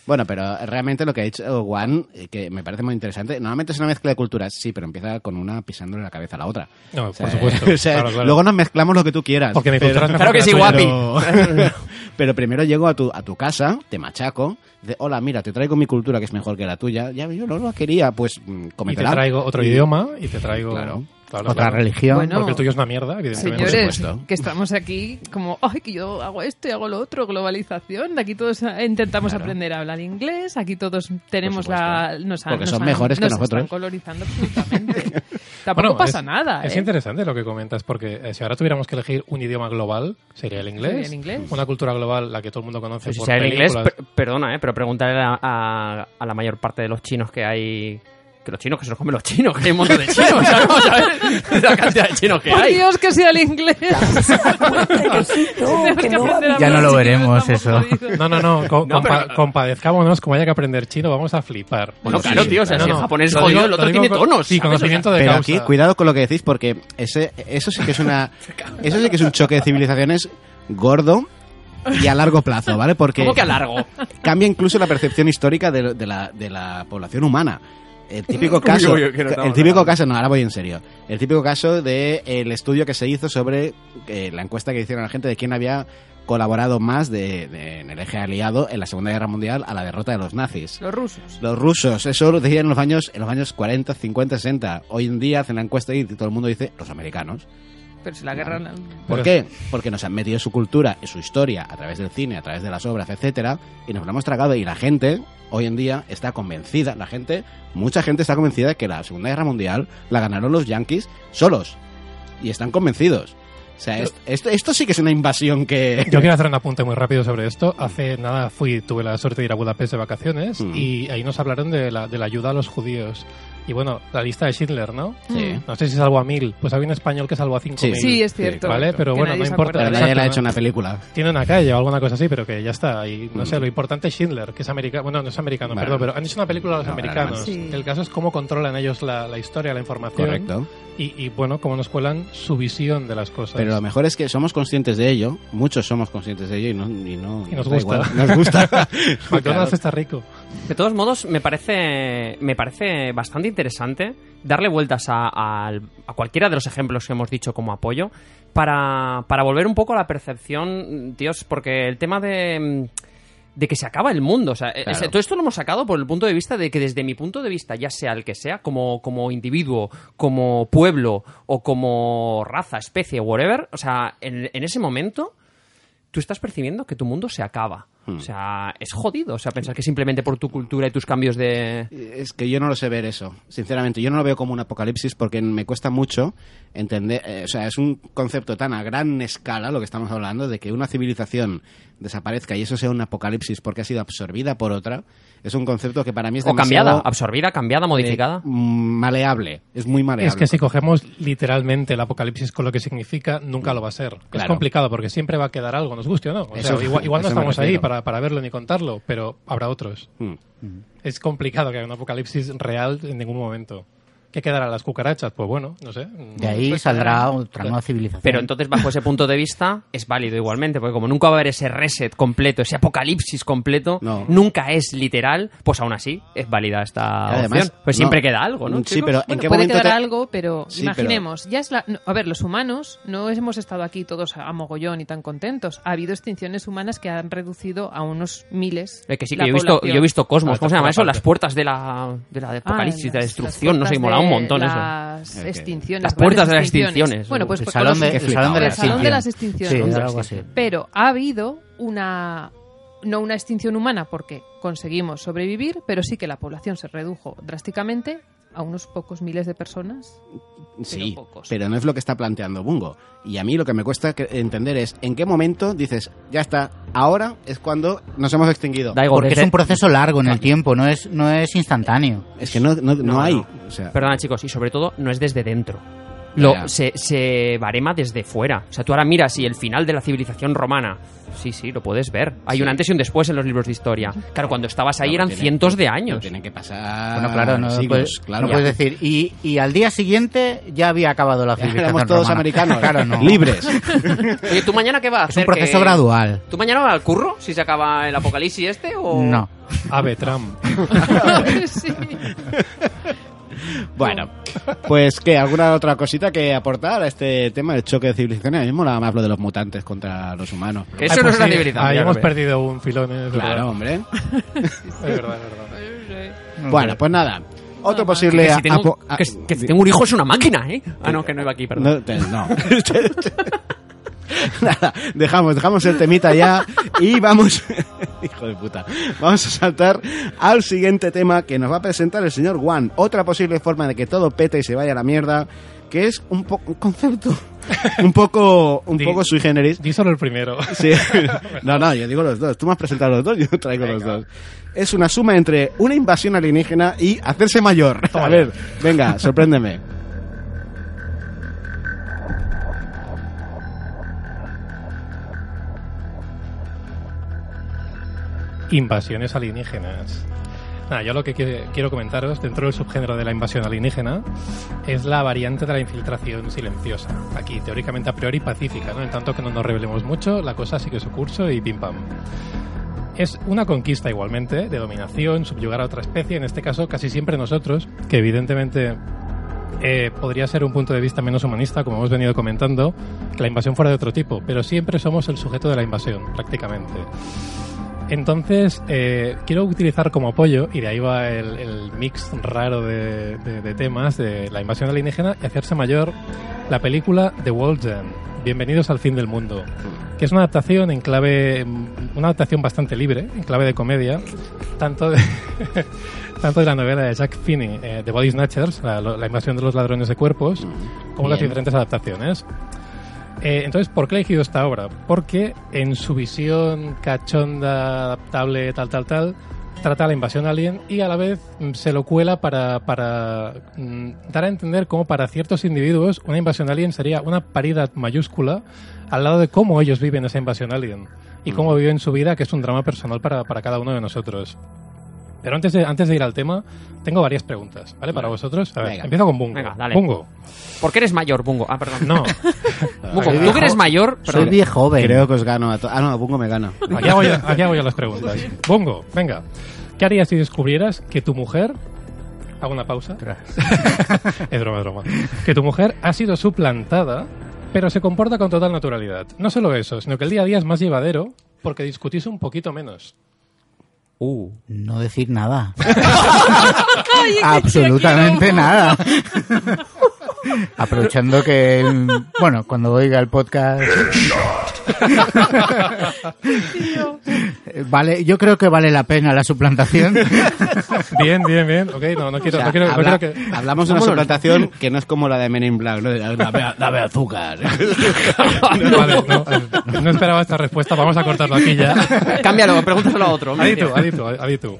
Bueno, pero realmente lo que ha dicho Juan, eh, que me parece muy interesante, normalmente es una mezcla de culturas, sí, pero empieza con una pisándole la cabeza a la otra. No, O sea, por [laughs] supuesto. [laughs] o sea, Claro, claro. Luego nos mezclamos lo que tú quieras. Porque mi pero- cultura es mejor Claro que sí, la guapi. tuya. Pero, [laughs] pero primero llego a tu, a tu casa, te machaco, de, hola, mira, te traigo mi cultura que es mejor que la tuya. Ya, yo no lo quería, pues mm, Y te cómetela. traigo otro Y- idioma y te traigo Claro. claro, Otra claro. religión. Bueno, Porque el tuyo es una mierda, evidentemente. Señores, supuesto. que estamos aquí como, ay, que yo hago esto y hago lo otro, globalización, aquí todos ah, intentamos aprender a hablar inglés, aquí todos tenemos Por la... supuesto. Nos han- Porque nos son han- mejores que nos nosotros. están colonizando absolutamente. Tampoco Ah, Bueno, pasa es- nada, Es ¿eh? interesante lo que comentas, porque eh, si ahora tuviéramos que elegir un idioma global, sería el inglés. Sería el inglés. Una cultura global, la que todo el mundo conoce. Pues si por sea en inglés, películas. per- perdona, ¿eh? pero preguntarle a, a- a la mayor parte de los chinos que hay. Que los chinos, que se los comen los chinos, que hay un montón de chinos, [laughs] o sea, vamos a ver la cantidad de chinos que ¡Por hay. Dios, que sea el inglés! Tenemos que aprender a Ya no hablar lo chino, veremos, estamos eso. jodidos. No, no, no. co- [laughs] No, compa- pero- compadezcámonos como haya que aprender chino, vamos a flipar. Bueno, Sí, claro, sí. tío, o sea, No, si el no, japonés es lo jodido, digo- el lo otro digo tiene con- tonos, Sí, ¿sabes? conocimiento de Pero causa. aquí, cuidado con lo que decís, porque ese, eso sí que es una, [laughs] eso sí que es un choque de civilizaciones gordo y a largo plazo, ¿vale? Porque ¿Cómo que a largo? cambia incluso la percepción histórica de, de la, de la población humana. El típico caso, uy, que no estamos el típico acabando. caso, no, ahora voy en serio. El típico caso de el estudio que se hizo sobre eh, la encuesta que hicieron a la gente de quién había colaborado más de, de- en el eje aliado en la Segunda Guerra Mundial a la derrota de los nazis. Los rusos. Los rusos, eso lo decían en los años, en los años 40, 50, 60. Hoy en día hacen la encuesta y todo el mundo dice los americanos. Pero si la guerra... ¿Por Pero- qué? Porque nos han metido su cultura y su historia a través del cine, a través de las obras, etcétera, y nos lo hemos tragado. Y la gente hoy en día está convencida, la gente, mucha gente está convencida que la Segunda Guerra Mundial la ganaron los yanquis solos. Y están convencidos. O sea, est- esto, esto sí que es una invasión que. Yo quiero hacer un apunte muy rápido sobre esto. Hace nada fui, tuve la suerte de ir a Budapest de vacaciones Mm. y ahí nos hablaron de la, de la ayuda a los judíos. Y bueno, la lista de Schindler, ¿no? Sí. No sé si salvo a mil, pues había un español que salvó a cinco mil. Sí, es Sí, cierto. Vale, pero Que bueno, nadie no se importa. acuerda. [laughs] Pero nadie Exacto, le ha hecho ¿no? una película. Tiene una calle o alguna cosa así, pero que ya está. Y no sé, Mm. lo importante es Schindler, que es americano. Bueno, no es americano, Bueno. perdón, pero han hecho una película a los No, vale, americanos. vale. Sí. El caso es cómo controlan ellos la, la historia, la información. Correcto. Y, y, bueno, cómo nos cuelan su visión de las cosas. Pero lo mejor es que somos conscientes de ello, muchos somos conscientes de ello y no. Y, no, Y nos da gusta. igual, nos [laughs] gusta. [laughs] McDonald's Claro. está rico. De todos modos, me parece, me parece bastante interesante darle vueltas a, a- a cualquiera de los ejemplos que hemos dicho como apoyo para, para volver un poco a la percepción, Dios, porque el tema de, de que se acaba el mundo. O sea, eh, Claro. todo esto lo hemos sacado por el punto de vista de que desde mi punto de vista, ya sea el que sea, como, como individuo, como pueblo o como raza, especie, whatever, o sea, en- en ese momento tú estás percibiendo que tu mundo se acaba. Hmm. O sea, es jodido. O sea, pensar que simplemente por tu cultura y tus cambios de. Es que yo no lo sé ver eso, sinceramente. Yo no lo veo como un apocalipsis porque me cuesta mucho entender. eh, o sea, es un concepto tan a gran escala lo que estamos hablando de que una civilización desaparezca y eso sea un apocalipsis porque ha sido absorbida por otra. Es un concepto que para mí es O cambiada, demasiado eh, absorbida, cambiada, modificada. mm, maleable. Es muy maleable. Es que si cogemos literalmente el apocalipsis con lo que significa, nunca lo va a ser. Es Claro. complicado porque siempre va a quedar algo, nos guste o no. O sea, Eso- igual, igual no eso me estamos ahí refiero. para, para verlo ni contarlo, pero habrá otros. Mm. Es complicado que haya un apocalipsis real en ningún momento. ¿Qué quedarán las cucarachas? Pues bueno, no sé. De ahí saldrá otra nueva civilización. Pero entonces, bajo ese punto de vista, es válido igualmente, porque como nunca va a haber ese reset completo, ese apocalipsis completo, No. nunca es literal, pues aún así es válida esta Además, opción. Pues siempre no. queda algo, ¿no? Sí, chicos? pero ¿en Bueno, qué puede momento quedar te- algo, pero Sí, imaginemos, ya es la... no, a ver, los humanos no hemos estado aquí todos a, a mogollón y tan contentos. Ha habido extinciones humanas que han reducido a unos miles. Eh, que sí, que la yo he, visto, población. yo he visto Cosmos. Ah, ¿Cómo se llama otra eso? parte. Las puertas de la, de la de Ah, apocalipsis, de la las- destrucción. No las sé, mola un puertas montón de eso. Las Ok. extinciones. Las puertas de las varias extinciones. Bueno, pues el con salón, los- de, el salón de la el salón de las Sí, extinciones. algo así. Pero ha habido una no una extinción humana porque conseguimos sobrevivir, pero sí que la población se redujo drásticamente a unos pocos miles de [laughs] personas. Sí, pocos. pero no es lo que está planteando Bungo. Y a mí lo que me cuesta que- entender es en qué momento dices, ya está, ahora es cuando nos hemos extinguido. Daigo, Porque desde- es un proceso largo en el tiempo, no es, no es instantáneo. Es que no, no, no No, hay. no. O sea, Perdona, chicos, y sobre todo no es desde dentro. Lo, Ya. se, se barema desde fuera. O sea, tú ahora miras y el final de la civilización romana. Sí, sí, lo puedes ver. Hay un antes y un después en los libros de historia. Claro, cuando estabas ahí no, eran tiene- cientos de no años. tienen que pasar Bueno, claro, no, Ah, siglos, puedes, claro. [laughs] no puedes decir. Y, y al día siguiente ya había acabado la Ya civilización. éramos todos romana. americanos, [laughs] Claro, no. libres. Oye, ¿tú mañana qué vas a Es un hacer? proceso ¿Que- gradual. ¿Tú mañana vas al curro si se acaba el apocalipsis este o...? No. [laughs] Ave Trump. Sí. Bueno, pues que alguna otra cosita que aportar a este tema del choque de civilizaciones. A mí me molaba más lo de los mutantes contra los humanos. Que eso Ay, no pues es la sí, civilización. Ahí ya lo hemos ves. perdido un filón. ¿eh? Es Claro, [laughs] hombre. verdad. Es verdad, es verdad. Bueno, pues nada. Otro posible... Que si, tengo, apo- a- que, si- que si tengo un hijo es una máquina, ¿eh? Ah, no, que no iba aquí, perdón. No, te- no. [laughs] Nada, dejamos, dejamos el temita ya y vamos. [laughs] Hijo de puta. Vamos a saltar al siguiente tema que nos va a presentar el señor Juan. Otra posible forma de que todo pete y se vaya a la mierda, que es un, po- un concepto [laughs] un poco, un Di- poco sui generis. Di solo el primero. [laughs] Sí. No, no, yo digo los dos. Tú me has presentado los dos, yo traigo los dos. Es una suma entre una invasión alienígena y hacerse mayor. A ver, venga, sorpréndeme. Invasiones alienígenas. Nada, yo lo que quie- quiero comentaros dentro del subgénero de la invasión alienígena es la variante de la infiltración silenciosa. Aquí, teóricamente a priori pacífica, ¿no? En tanto que no nos revelemos mucho, la cosa sigue su curso y pim pam. Es una conquista igualmente, de dominación, subyugar a otra especie, en este caso casi siempre nosotros, que evidentemente eh, podría ser un punto de vista menos humanista, como hemos venido comentando, que la invasión fuera de otro tipo, pero siempre somos el sujeto de la invasión, prácticamente. Entonces, eh, quiero utilizar como apoyo, y de ahí va el, el mix raro de, de- de temas de la invasión alienígena y hacerse mayor, la película The World's End, Bienvenidos al fin del mundo, que es una adaptación en clave, una adaptación bastante libre, en clave de comedia, tanto de, [laughs] tanto de la novela de Jack Finney, eh, The Body Snatchers, la, la invasión de los ladrones de cuerpos, como las Bien. diferentes adaptaciones. Eh, entonces, ¿por qué he elegido esta obra? Porque en su visión cachonda, adaptable, tal, tal, tal, trata la invasión alien y a la vez mm, se lo cuela para, para mm, dar a entender cómo para ciertos individuos una invasión alien sería una paridad mayúscula al lado de cómo ellos viven esa invasión alien y cómo viven su vida, que es un drama personal para, para cada uno de nosotros. Pero antes de, antes de ir al tema, tengo varias preguntas, ¿vale? Para vosotros. A ver, Venga. empiezo con Bungo. Venga, dale. Bungo. ¿Por qué eres mayor, Bungo? Ah, perdón. No, Bungo, tú que eres mayor... Soy perdón. bien joven. Creo que os gano a to- Ah, no, Bungo me gana. aquí hago, yo, aquí hago yo las preguntas. Bungo, venga. ¿Qué harías si descubrieras que tu mujer... Hago una pausa. [laughs] Es broma, es broma. Que tu mujer ha sido suplantada, pero se comporta con total naturalidad. No solo eso, sino que el día a día es más llevadero porque discutís un poquito menos. Uh. No [laughs] decir nada. Ay, que Absolutamente [laughs] quiero. nada. Aprovechando que, el- bueno, cuando oiga [laughs] el podcast. Eh, Vale, yo creo que vale la pena [laughs] la suplantación. Bien, bien, bien. Ok, no, no quiero, O sea, no quiero, no habla- quiero que... Hablamos de una suplantación que no es como la de Men in Black, ¿no? De Dame, dame azúcar. Vale, no, no esperaba esta respuesta. Vamos a cortarlo [laughs] aquí ya. Cámbialo, pregúntaselo a otro. hombre. Aditu, aditu, aditu.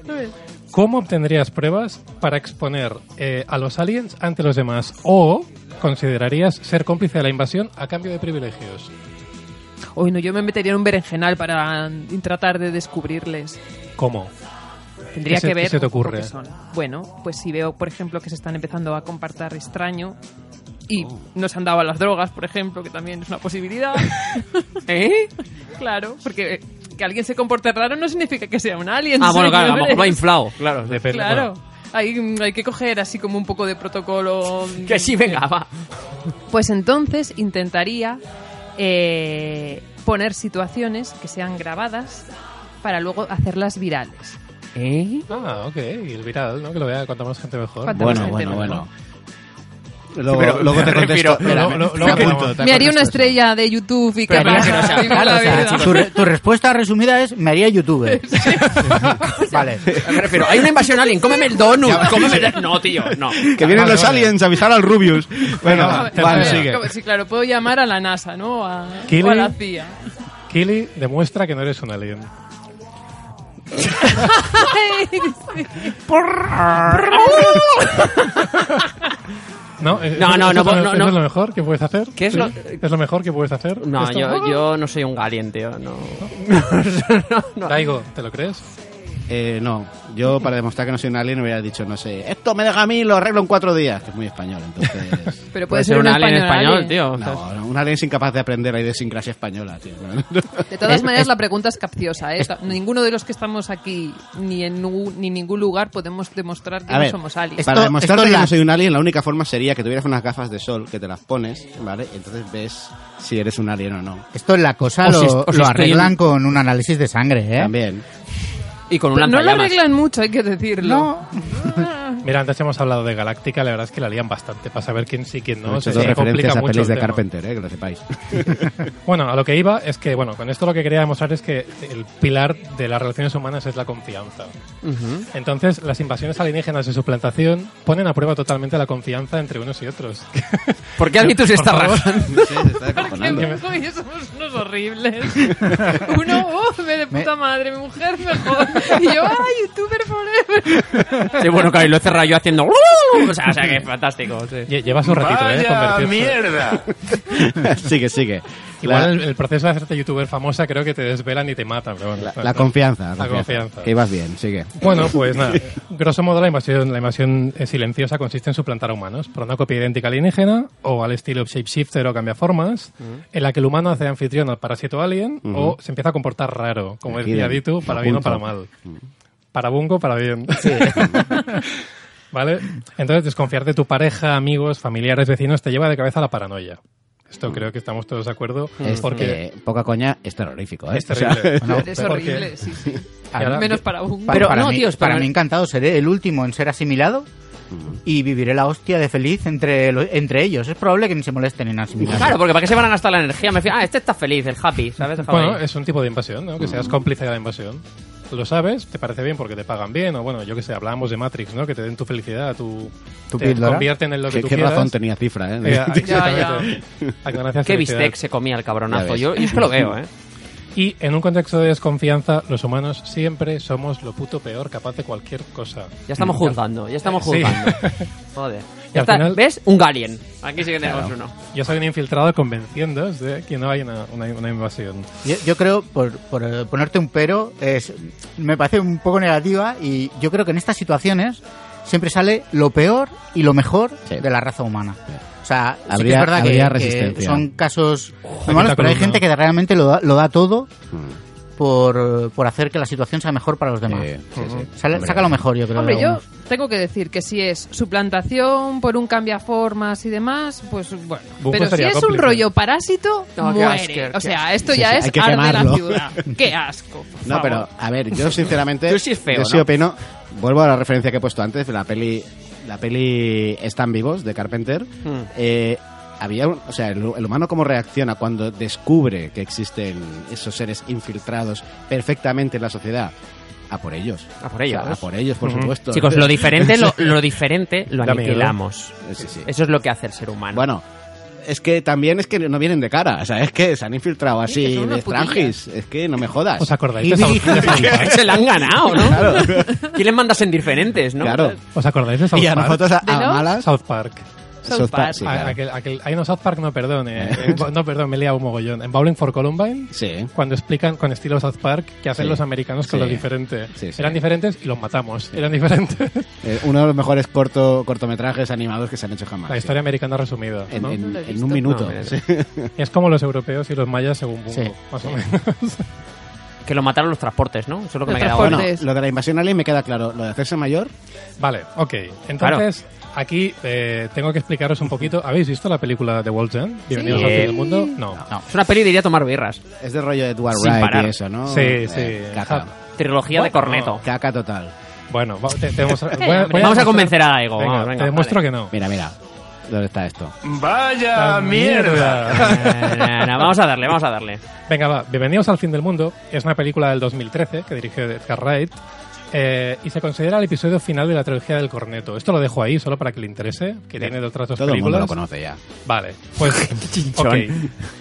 ¿Cómo obtendrías pruebas para exponer eh, a los aliens ante los demás? ¿O considerarías ser cómplice de la invasión a cambio de privilegios? Uy, no, yo me metería en un berenjenal para mm, tratar de descubrirles. ¿Cómo? Tendría ¿Qué se- que ver qué se te un poco ocurre? qué son. Bueno, pues si veo, por ejemplo, que se están empezando a comportar extraño y nos han dado a las drogas, por ejemplo, que también es una posibilidad. ¿Eh? claro, porque que alguien se comporte raro no significa que sea un alien. Ah, bueno, claro, a lo mejor señores. lo ha inflado. Claro. [laughs] Depende- Claro. bueno, Hay, mm, hay que coger así como un poco de protocolo. Que sí, venga, va. Pues entonces intentaría eh, poner situaciones que sean grabadas para luego hacerlas virales. ¿Eh? Ah, ok. Y el viral, ¿no? Que lo vea cuanta más gente mejor. Cuanta- bueno, gente bueno, no. bueno. Luego, pero- luego te respiro. contesto. Espérame. Espérame, [laughs] Luego- te luego- apunto, te Me haría una contesto. estrella de YouTube y Pero que mira que no sea- Viva Claro, la o sea, vida. tu, re- tu respuesta resumida es me [laughs] haría youtuber. [laughs] vale. Me refiero, hay una invasión alien, cómeme el donut, [laughs] cómeme el- No, tío, no. Que vienen Vale, los vale. aliens a avisar al Rubius. Bueno, Venga, Vale, te vale. sigue. como- Sí, claro, puedo llamar a la NASA, ¿no? A, Kili. o a la CIA. Kili demuestra que no eres un alien. No, eh, No, eso- no, eso no, es lo- no, eso no. es lo mejor que puedes hacer. ¿Qué es Sí. lo- ¿Es lo mejor que puedes hacer? No, ¿Esto? yo, yo no soy un alien, tío. No. No, no. Daigo, ¿te lo crees? Eh, no, yo para demostrar que no soy un alien hubiera dicho, no sé, esto me deja a mí y lo arreglo en cuatro días. Que es muy español, entonces. [laughs] Pero Puede ser un alien español, alien. tío. No, no, un alien es incapaz de aprender la idiosincrasia española, tío. [laughs] De todas maneras, la pregunta es capciosa. ¿eh? Ninguno de los que estamos aquí, ni en nu- ni ningún lugar, podemos demostrar que A no ver, somos aliens. Para Esto- demostrarte esto que la- no soy un alien, la única forma sería que tuvieras unas gafas de sol que te las pones, ¿vale? Y entonces ves si eres un alien o no. Esto en la cosa O lo, si es- o si lo estoy arreglan en- con un análisis de sangre, ¿eh? También. Y con un Pero no lo lanzallamas. arreglan mucho, hay que decirlo. No. Mira, antes hemos hablado de Galáctica, la verdad es que la lían bastante para saber quién sí, quién He no. hecho Se, dos se referencias complica a mucho pelis el de tema. Carpenter, eh, que lo [laughs] sepáis. Bueno, a lo que iba es que, bueno, con esto lo que quería demostrar es que el pilar de las relaciones humanas es la confianza. Ujú. Entonces, las invasiones alienígenas y su plantación ponen a prueba totalmente la confianza entre unos [laughs] y otros. ¿Por qué alguien tú se Por está favor. rajando? No sé, se está Porque descojonando. Urco y yo somos unos horribles. Uno, oh, me de puta madre, mi mujer mejor. [laughs] Y yo, ah, youtuber forever. Sí, bueno, claro, y lo he cerrado yo haciendo. O sea, o sea, que es fantástico. sí. Lle- Lleva su ratito, ¿eh? [laughs] Convertirse. sigue, sigue. Igual La- el, el proceso de hacerte youtuber famosa creo que te desvelan y te matan. Pero bueno, pues la, confianza, La confianza. Que ibas bien, sigue. Bueno, pues nada. Grosso modo, la invasión, la invasión eh, silenciosa consiste en suplantar a humanos por una copia idéntica alienígena o al estilo shapeshifter o cambiaformas, Mm. en la que el humano hace anfitrión al parásito alien o se empieza a comportar raro, como Aquí Mm. decía de- Ditu, de para bien o punto. para mal. Para bungo, para bien. [laughs] ¿Vale? Entonces, desconfiar de tu pareja, amigos, familiares, vecinos, te lleva de cabeza a la paranoia. Esto Mm. creo que estamos todos de acuerdo. Es, Mm. Porque eh, poca coña, es terrorífico. ¿eh? [laughs] es O sea, terrible. Eres porque- horrible, sí, sí. Y ahora- Menos para un. Pa- Pero para no, mí, tío, es para para- mí encantado, seré el último en ser asimilado y viviré la hostia de feliz entre, lo- entre ellos. Es probable que ni se molesten en asimilar. Claro, porque ¿para qué se van a gastar la energía? Me fío, ah, este está feliz, el happy, ¿sabes? El Bueno, happy. es un tipo de invasión, ¿no? Que seas cómplice de la invasión. Lo sabes, te parece bien porque te pagan bien, o bueno, yo que sé, hablábamos de Matrix, ¿no? Que te den tu felicidad, tu, Tu te píldora. convierten en lo [laughs] que ¿Qué, tú qué quieras. razón tenía cifra, [laughs] Eh, [laughs] eh? a- exactamente. A ganancias Qué felicidad. bistec se comía el Ya cabronazo. ves. Yo, yo es que lo veo, ¿eh? Y en un contexto de desconfianza, los humanos siempre somos lo puto peor, capaz de cualquier cosa. Ya estamos juzgando, ya estamos Mm. Sí. [laughs] juzgando. Joder. Y Ya al está, final- ¿Ves? Un Galien. Aquí sí que tenemos uno. Yo soy un infiltrado convenciendo de que no hay una, una- una invasión. Yo, yo creo, por, por, eh, ponerte un pero, es, me parece un poco negativa y yo creo que en estas situaciones siempre sale lo peor y lo mejor Sí. de la raza humana. O sea, sí que Habría- es verdad que- habría que, resistencia. son casos la muy malos, pero hay columna. gente que realmente lo da, lo da todo por, por hacer que la situación sea mejor para los demás. Sí, sí, sí. Sale- saca lo mejor, yo creo. Hombre, de yo algunos. tengo que decir que si es suplantación por un cambiaformas y demás, pues bueno. Bungo Pero si estaría es un cómplice. rollo parásito, No, qué asco, muere. qué o sea, esto Sí, ya sí, hay es que arde la quemarlo. [laughs] ciudad. ¡Qué asco! por No, favor. pero a ver, [laughs] yo sinceramente. Tú sí es feo, yo sí ¿no? opino. Vuelvo a la referencia que he puesto antes, la peli. La peli Están vivos de Carpenter. Mm. Eh, había un- o sea, el, el humano cómo reacciona cuando descubre que existen esos seres infiltrados perfectamente en la sociedad. A por ellos. A por ellos. O sea, a por ellos, por supuesto. Chicos, lo [laughs] diferente lo, lo diferente lo Da miedo. aniquilamos. Sí, sí. Eso es lo que hace el ser humano. Bueno, es que también es que no vienen de cara, o sea, es que se han infiltrado Sí, que así son unos de franjis, es que no me jodas. ¿Os acordáis Y de South, dije- de South [laughs] Park? se la han [laughs] ganado, ¿no? [laughs] ¿Quién les manda a sentir diferentes, no? claro. ¿Os acordáis de South Y a Park? nosotros a, ¿De a los? malas. South Park. South South Park, Park. sí, Ah, claro. aquel, aquel, ahí no South Park, no, perdón. eh, en- no, perdón, me he liado un mogollón. En Bowling for Columbine, Sí. cuando explican con estilo South Park que hacen Sí. los americanos con Sí. lo diferente. Sí, sí. Eran diferentes y los matamos. Eran diferentes. Eh, uno de los mejores corto, cortometrajes animados que se han hecho jamás. La sí. historia americana resumida. En, ¿no? en- No lo he en visto. un minuto. No, eh, mira, sí. Es como los europeos y los mayas según Bungo, Sí. más o menos. [laughs] Que lo mataron los transportes, ¿no? Eso es lo que Los me quedaba. Bueno, transportes. Cortés. lo de la invasión alien me queda claro. Lo de hacerse mayor, vale, ok. Entonces, aquí eh, tengo que explicaros un poquito. ¿Habéis visto la película de World's End? Bienvenidos Sí. al fin del mundo. No. ahora. Es una peli de ir a tomar birras. es de rollo de Edward Sin Wright parar. y eso, ¿no? Sí, Eh, sí. Caca. Trilogía de Corneto. Caca total. Bueno, va- te- te demostra- voy Vamos a demostrar- convencer a Daigo, Venga, vamos, venga, te demuestro vale. que no. Mira, mira. ¿Dónde está esto? ¡La [laughs] mierda! [laughs] No, no, no, vamos a darle, vamos a darle. Venga, va. Bienvenidos al fin del mundo. Es una película del 2013 que dirige Edgar Wright. eh, y se considera el episodio final de la trilogía del corneto. Esto lo dejo ahí solo para que le interese, que tiene otras dos Todo el mundo películas. lo conoce ya. Vale, pues chinchón. ok.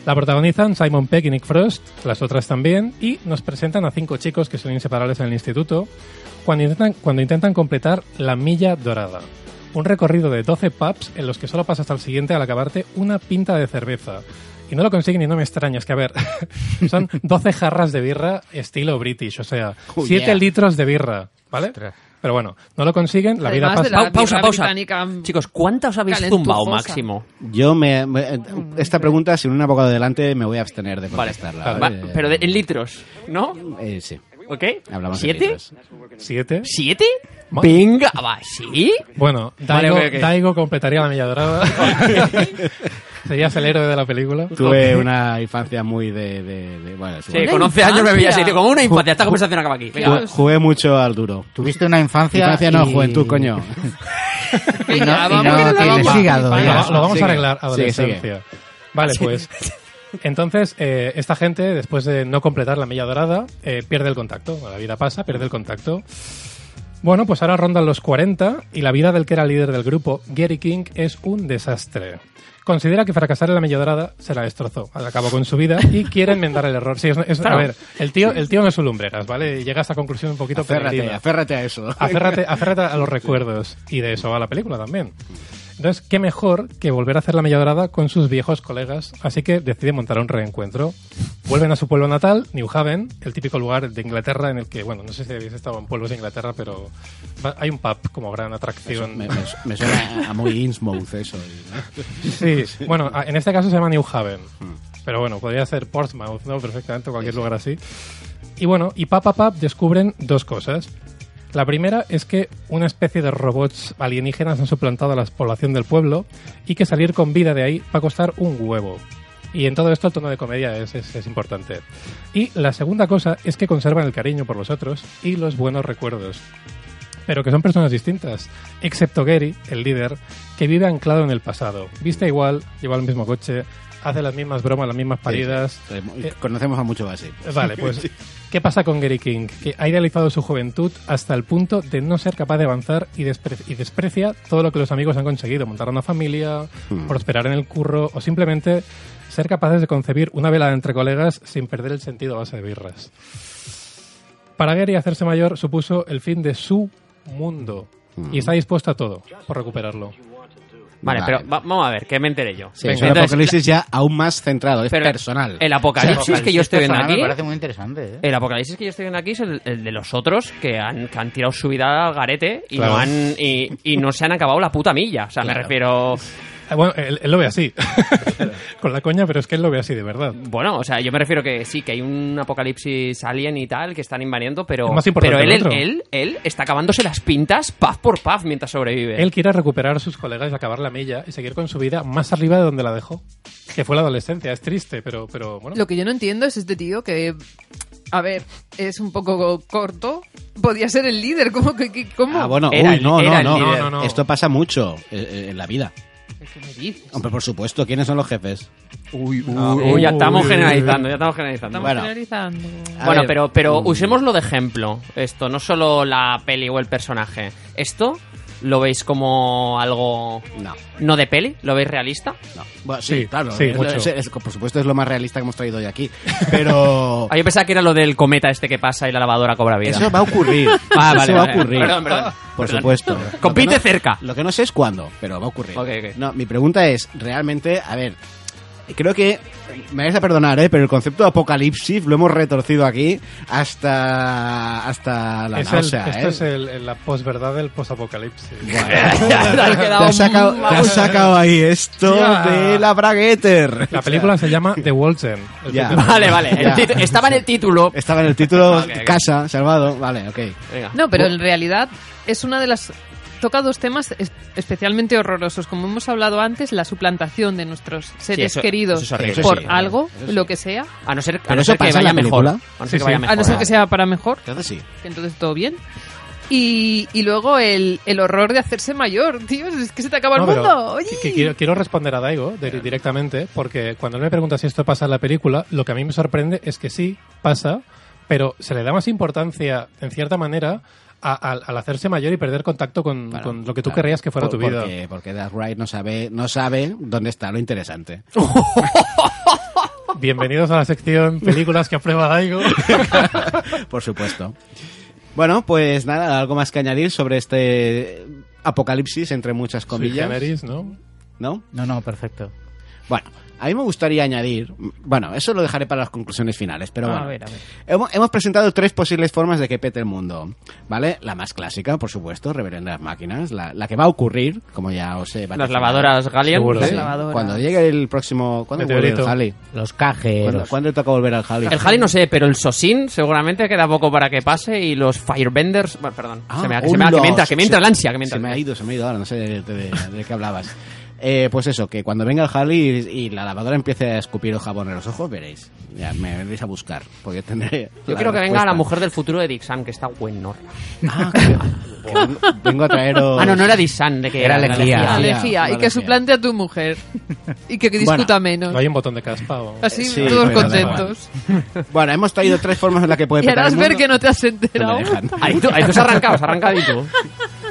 La protagonizan Simon Peck y Nick Frost, las otras también, y nos presentan a cinco chicos que son inseparables en el instituto cuando intentan, cuando intentan completar la milla dorada. Un recorrido de 12 pubs en los que solo pasas al siguiente al acabarte una pinta de cerveza. Y no lo consiguen y no me extraña, es que a ver, [laughs] son 12 jarras de birra estilo british, o sea, Oh, 7 yeah. litros de birra, ¿vale? Ostras. Pero bueno, no lo consiguen, la vida Además pasa. de la Pa- pausa, birra pausa. británica, Chicos, ¿cuántas habéis calentujosa. zumbado máximo? Yo me, me- esta pregunta sin un abogado delante me voy a abstener de Vale, contestarla. va, Eh, pero de- en litros, ¿no? eh, sí. ¿Ok? Hablamos de ¿Siete? litros. ¿Siete? ¿Siete? Ma- Venga, va, ¿sí? Bueno, Vale, Daigo, ok, ok. Daigo completaría la milla dorada. Serías el héroe de la película. Tuve una infancia muy de... de- de- bueno, Sí, supongo. con 11 años me infancia. veía siete, como una infancia. Esta conversación acaba aquí. Venga, Ju- Jugué mucho al duro. Tuviste una infancia. Infancia no, y- juventud, coño. Y [laughs] no, Venga, y vamos, no que no la tienes vamos. hígado. Venga, ya. va- lo vamos Sigue. a arreglar Sigue, sigue. adolescencia. Vale, pues. Entonces, eh, esta gente, después de no completar la milla dorada, eh, pierde el contacto. La vida pasa, pierde el contacto. Bueno, pues ahora rondan los 40 y la vida del que era líder del grupo, Gary King, es un desastre. Considera que fracasar en la milla dorada se la destrozó. Acabó con su vida y quiere enmendar el error. Sí, es, es- Claro. A ver, el tío, el tío no es un lumbreras, ¿vale? Llega a esta conclusión un poquito Aférrate, perdida. aférrate a eso. Ah, Aférrate, aférrate a los recuerdos y de eso va la película también. Entonces, qué mejor que volver a hacer la media dorada con sus viejos colegas, así que decide montar un reencuentro. Vuelven a su pueblo natal, New Haven, el típico lugar de Inglaterra en el que, bueno, no sé si habéis estado en pueblos de Inglaterra, pero va- hay un pub como gran atracción. Me, me- me suena a muy Innsmouth eso. ¿no? Sí, bueno, a- en este caso se llama New Haven. Pero bueno, podría ser Portsmouth, ¿no? Perfectamente, cualquier lugar así. Y bueno, y Papa Pap descubren dos cosas. La primera es que una especie de robots alienígenas han suplantado a la población del pueblo y que salir con vida de ahí va a costar un huevo. Y en todo esto el tono de comedia es, es- es importante. Y la segunda cosa es que conservan el cariño por los otros y los buenos recuerdos. Pero que son personas distintas, excepto Gary, el líder, que vive anclado en el pasado. Viste igual, lleva el mismo coche, hace las mismas bromas, las mismas paridas, Eh, Conocemos a mucho así. Vale, pues ¿qué pasa con Gary King? Que ha idealizado su juventud hasta el punto de no ser capaz de avanzar y, despre- y desprecia todo lo que los amigos han conseguido, montar una familia, prosperar en el curro o simplemente ser capaces de concebir una velada entre colegas sin perder el sentido a base de birras. Para Gary hacerse mayor supuso el fin de su mundo y está dispuesto a todo por recuperarlo. Vale. Vale, pero va- vamos a ver, que me enteré yo. Sí, Venga, es un entonces, apocalipsis ya aún más centrado, es pero personal. El apocalipsis que yo estoy viendo Personal, aquí. Me parece muy interesante. ¿eh? El apocalipsis que yo estoy viendo aquí es el, el de los otros que han, que han tirado su vida al garete y, Claro. no han, y, y no se han acabado la puta milla. O sea, me refiero. Eh, Bueno, él, él lo ve así, [laughs] con la coña, pero es que él lo ve así de verdad. Bueno, o sea, yo me refiero que sí, que hay un apocalipsis alien y tal que están invadiendo, pero, Es más importante pero él, el él, otro. él, él está acabándose las pintas paz por paz mientras sobrevive. Él quiere recuperar a sus colegas y acabar la milla y seguir con su vida más arriba de donde la dejó. Que fue la adolescencia, es triste, pero, pero bueno. Lo que yo no entiendo es este tío que, a ver, es un poco corto. Podía ser el líder. ¿Cómo? que- que- cómo? Ah, bueno, Era uy, el- no, era no, el no, líder. No, no, no. Esto pasa mucho eh, eh, en la vida. ¿Qué me dices? Hombre, por supuesto, ¿quiénes son los jefes? Uy, ya estamos uy, generalizando, ya estamos generalizando. Estamos Bueno. generalizando. A bueno, ver. pero, pero usémoslo de ejemplo. Esto, no solo la peli o el personaje. ¿Esto lo veis como algo No, no de peli? ¿Lo veis realista? no. Bueno, sí, Sí, claro. sí, es- mucho. es- es- por supuesto, es lo más realista que hemos traído hoy [laughs] aquí. Pero Ah, yo pensaba que era lo del cometa este que pasa y la lavadora cobra vida. Oh. eso va a ocurrir. Ah, vale, eso va a vale. ocurrir. Perdón, perdón. Por Perdón. [laughs] supuesto. Compite Lo que no- cerca. Lo que no sé es cuándo, pero va a ocurrir. Ok, ok. No, mi pregunta es, realmente, a ver, creo que me vais a perdonar, ¿eh? pero el concepto de apocalipsis lo hemos retorcido aquí hasta hasta la Es el- náusea, esto ¿eh? es el- el- la posverdad del posapocalipsis. Te [laughs] has Te quedado has sacado, te has sacado ahí esto Ya. de la bragueter. [laughs] La película se llama The Walton. El Ya. [laughs] título. Vale, vale. El Ya. titu- Estaba en [laughs] el título. Estaba en el título [laughs] Ok, ok. Casa, salvado. Vale, ok. Venga. No, Oh. pero en realidad es una de las... Toca dos temas es- especialmente horrorosos. Como hemos hablado antes, la suplantación de nuestros seres eso- queridos eso es horrible. Eso por sí, algo, eso sí. lo que sea, A no ser, a Pero no eso ser que pasa en vaya la mejor. película. A no ser Sí, que vaya sí. a mejor. no ser que sea para mejor, Entonces sí. entonces todo bien. Y, y luego el, el horror de hacerse mayor, tío. Es que se te acaba el No, pero mundo. Oye. que- que quiero, quiero responder a Daigo de- directamente, porque cuando él me pregunta si esto pasa en la película, lo que a mí me sorprende es que sí, pasa, pero se le da más importancia, en cierta manera, a- al- al hacerse mayor y perder contacto con, Claro, con lo que tú claro. querrías que fuera Por- tu vida. Porque, porque Dark Ride no sabe, no sabe dónde está lo interesante. Bienvenidos a la sección películas que aprueba Daigo. Por supuesto. Bueno, pues nada, algo más que añadir sobre este apocalipsis entre muchas Sui comillas, generis, ¿no? ¿no? No, no, perfecto. Bueno, a mí me gustaría añadir, bueno, eso lo dejaré para las conclusiones finales, pero bueno. A ver, a ver. Hemos, hemos presentado tres posibles formas de que pete el mundo, ¿vale? La más clásica, por supuesto, reverendas máquinas, la, la que va a ocurrir, como ya os he Las vaticinado. lavadoras Gallian. Seguro. Sí, Las lavadoras. Cuando llegue el próximo, ¿cuándo vuelve el Meteorito. Halley? Los ¿Cuándo, cajeros. cuándo le toca volver al Halley? El Halley no sé, pero el Sosin seguramente queda poco para que pase y los Firebenders... Bueno, perdón, Ah, se me, ha- se me ha- que hola. me entra, que me entra el ansia, que me entra Se el me ha ansia. ido, se me ha ido ahora, no sé de, de- de qué hablabas. Eh, pues eso, que cuando venga el Halley y, y la lavadora empiece a escupir el jabón en los ojos, veréis. Ya me vendréis a buscar, porque tendré. Yo la quiero que venga respuesta. la mujer del futuro de Dixan, que está bueno. Ah, que- que vengo, vengo a traeros. [laughs] Ah, no, no era Dixan, de que Era Lejía. Lejía. Vale. Alejía, y Ah, Vale, que sí. suplante a [laughs] tu mujer. y que discuta menos. No hay un botón de caspa. o- Así, Sí, todos bueno, da contentos. Bueno, hemos traído tres formas en las que [laughs] puede Y petar harás el ver mundo. que no te has No enterado. me dejan. Ahí tú, ahí tú has arrancado, has arrancado y tú.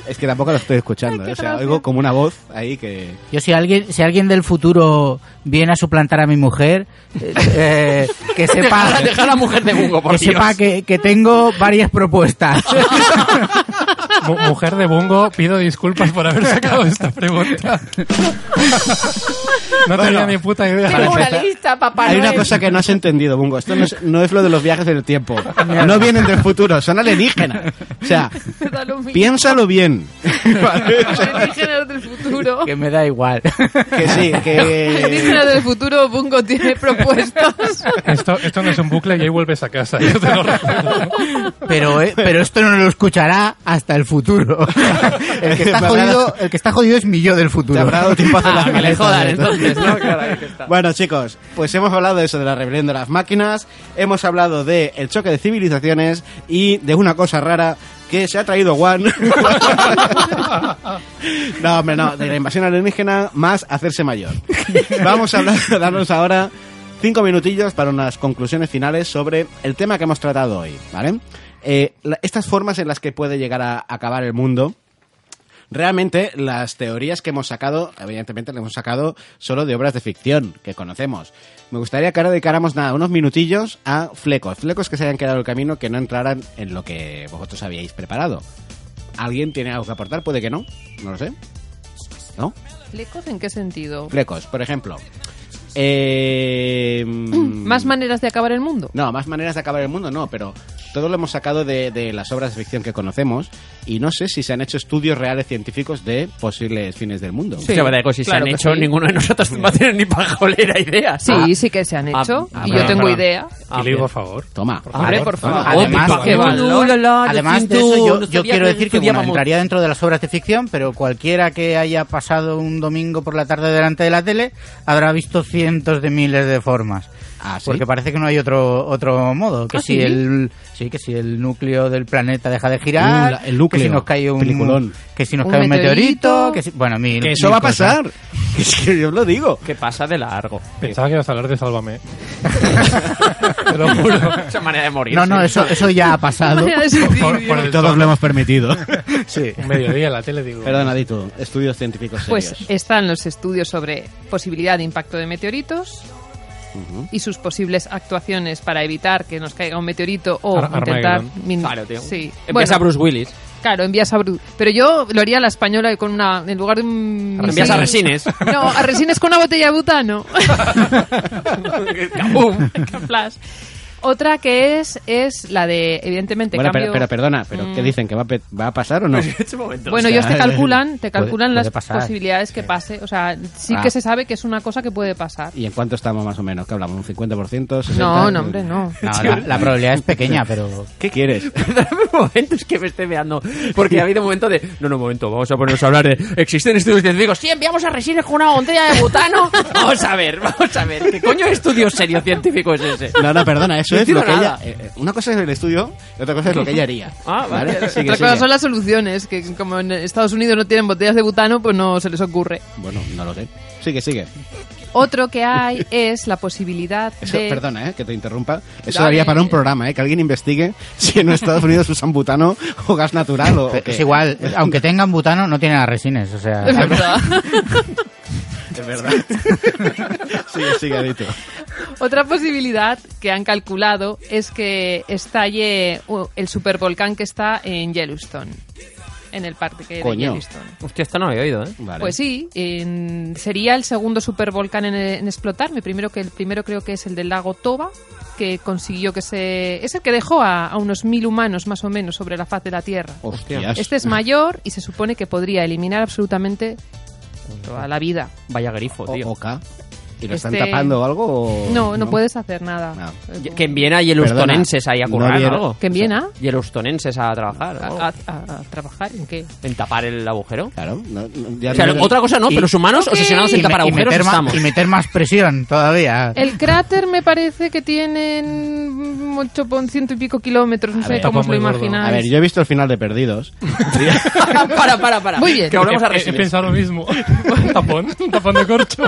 Es que tampoco lo estoy [laughs] escuchando, ¿eh? o sea, oigo como una voz ahí que. Yo si alguien, si alguien del futuro viene a suplantar a mi mujer, eh, eh, [laughs] que sepa, Deja, deja a la mujer de Bungo, por que, sepa Dios. que, que tengo varias [laughs] propuestas. Mu- mujer de Bungo, pido disculpas por haber sacado esta pregunta. no tenía ni puta idea. lista, papá Hay una cosa que no has entendido, Bungo. Esto no es, no es lo de los viajes en el [laughs] tiempo. No vienen del futuro, son alienígenas. O sea, [laughs] Da lo mismo. piénsalo bien. [laughs] Alienígenas del futuro. [laughs] que me da [laughs] igual. Que sí, que. Alienígenas del futuro, Bungo tiene propuestas. Esto, esto no es un bucle y ahí vuelves a casa. Yo te lo recuerdo. Pero, [laughs] eh, pero esto no lo escuchará hasta el futuro. El que está jodido, el que está jodido es mi yo del Te futuro. habrá dado tiempo a hacer [laughs] Ah, las que le maletas, jodan ¿eh? [laughs] entonces, ¿no? Claro, ahí que está. Bueno, chicos, pues hemos hablado de eso de la rebelión de las máquinas, hemos hablado de el choque de civilizaciones y de una cosa rara que se ha traído Juan. [laughs] no, hombre, no, de la invasión alienígena más hacerse mayor. Vamos a hablar, a darnos ahora cinco minutillos para unas conclusiones finales sobre el tema que hemos tratado hoy, ¿vale? Eh, la- estas formas en las que puede llegar a acabar el mundo. Realmente las teorías que hemos sacado, evidentemente las hemos sacado solo de obras de ficción que conocemos. Me gustaría que ahora dedicáramos nada, unos minutillos a flecos, flecos que se hayan quedado en el camino que no entraran en lo que vosotros habíais preparado. ¿Alguien tiene algo que aportar? Puede que no, no lo sé. ¿No? [laughs] ¿Flecos en qué sentido? Flecos, por ejemplo. Eh, Mm. Mm, ¿Más maneras de acabar el mundo? no, más maneras de acabar el mundo no, pero todo lo hemos sacado de, de las obras de ficción que conocemos y no sé si se han hecho estudios reales científicos de posibles fines del mundo. Hostia, vaya cosa, si claro se han que hecho, sí. ninguno de nosotros va a tener ni pajolera idea. Sí, Ah, sí que se han Ah, hecho. ah, y yo perdón, tengo perdón. idea. Ah, Y le digo, a favor. Toma. Por Hombre, por favor. favor. Ah, además- pipa, qué qué valor. valor. Además de siento- eso, yo, no yo sabía quiero que decir que bueno, estudiábamos. entraría dentro de las obras de ficción, pero cualquiera que haya pasado un domingo por la tarde delante de la tele habrá visto cientos de miles de formas. Ah, ¿sí? Porque parece que no hay otro otro modo. Que ¿Ah, si sí? el sí, que si el núcleo del planeta deja de girar, Uh, la- el núcleo, que si nos cae un peliculón. que si nos Un cae un meteorito, meteorito. que si- bueno, mil- Que eso mil va a cosas. pasar. [laughs] Es que yo os lo digo. ¿Qué pasa de largo? Pensaba que ibas a hablar de Sálvame. Te lo juro. Esa manera de morir. No, no, eso eso ya [laughs] ha pasado. Manera de Por, por suicidio. el todo. lo hemos permitido. [laughs] Sí. Un mediodía en la tele digo. Perdona, Dito. Estudios científicos serios. Pues están los estudios sobre posibilidad de impacto de meteoritos y sus posibles actuaciones para evitar que nos caiga un meteorito o Ar- intentar Armageddon. min- Claro, tío. Sí. Empieza Bueno, Bruce Willis. Claro, envías a Bru- Pero yo lo haría a la española con una en lugar de un Envías a misil- Resines. No, a Resines con una botella de butano. [laughs] ¡Cabum! Flash. Otra que es es la de evidentemente Bueno, pero, cambio Mm. pero perdona, ¿pero qué dicen? ¿Que va a, pe- va a pasar o [laughs] no? Bueno, [laughs] ellos te calculan, te puede- calculan puede las pasar. posibilidades que pase. O sea, sí Ah. que se sabe que es una cosa que puede pasar. ¿Y en cuánto estamos más o menos? ¿Que hablamos? ¿Un 50%? 60%? No, no, hombre, no. No, la, la probabilidad es pequeña, pero ¿Qué quieres? [laughs] Dame un momento, es que me estoy veando. Porque ha habido un momento de. No, no, un momento, vamos a ponernos a hablar de. Existen estudios científicos. Sí, enviamos a resines con una [laughs] botella de butano. Vamos a ver, vamos a ver. ¿Qué coño de estudio serio científico es ese? [laughs] No, no, perdona, es eso es entiendo lo que ella. nada. eh, eh, una cosa es el estudio y otra cosa es lo que ella [laughs] haría. Ah, vale. Sigue, Otra cosa sigue. son las soluciones, que como en Estados Unidos no tienen botellas de butano, pues no se les ocurre. Bueno, no lo sé. Sigue, sigue. Otro que [laughs] hay es la posibilidad Eso, de... Perdona, eh, que te interrumpa. Eso Dale. daría para un programa, eh, que alguien investigue si en Estados Unidos usan butano o gas natural o. o qué. Es igual, aunque tengan butano, no tienen las resines, o sea... [laughs] Es verdad. Es verdad. [laughs] sigue, sigue, Adito. Otra posibilidad que han calculado es que estalle uh, el supervolcán que está en Yellowstone, en el parque de Coño. Yellowstone. Hostia, esto no lo había oído, ¿eh? Vale. Pues sí, en- sería el segundo supervolcán en, en explotarme. Primero que el primero creo que es el del lago Toba, que consiguió que se es el que dejó a, a unos mil humanos más o menos sobre la faz de la Tierra. Hostias. Este es mayor y se supone que podría eliminar absolutamente toda la vida. Vaya grifo, O- tío. Oca. ¿Y lo están Este- tapando o algo? o- No, no, puedes hacer nada. Eh, No. Y- Que en Viena yellowstonenses ahí a no currar vieron- o algo. Que ¿ah? en Viena Yellowstonenses a trabajar. o Oh. algo. a, a- a trabajar en qué. En tapar el agujero. Claro. no- no- ya O sea, no- lo- otra cosa no, y- pero los humanos obsesionados en me- tapar agujeros meter estamos. más, y meter más presión todavía. El cráter me parece que tienen ocho pon- ciento y pico kilómetros, no A sé ver, cómo os tampoco lo muy gordo. imagináis. A ver, yo he visto el final de [laughs] Perdidos. [laughs] para, para, para. Muy bien. [laughs] Que volvemos a He- he- He resumir. pensado lo mismo. [laughs] Un tapón, un tapón de corcho.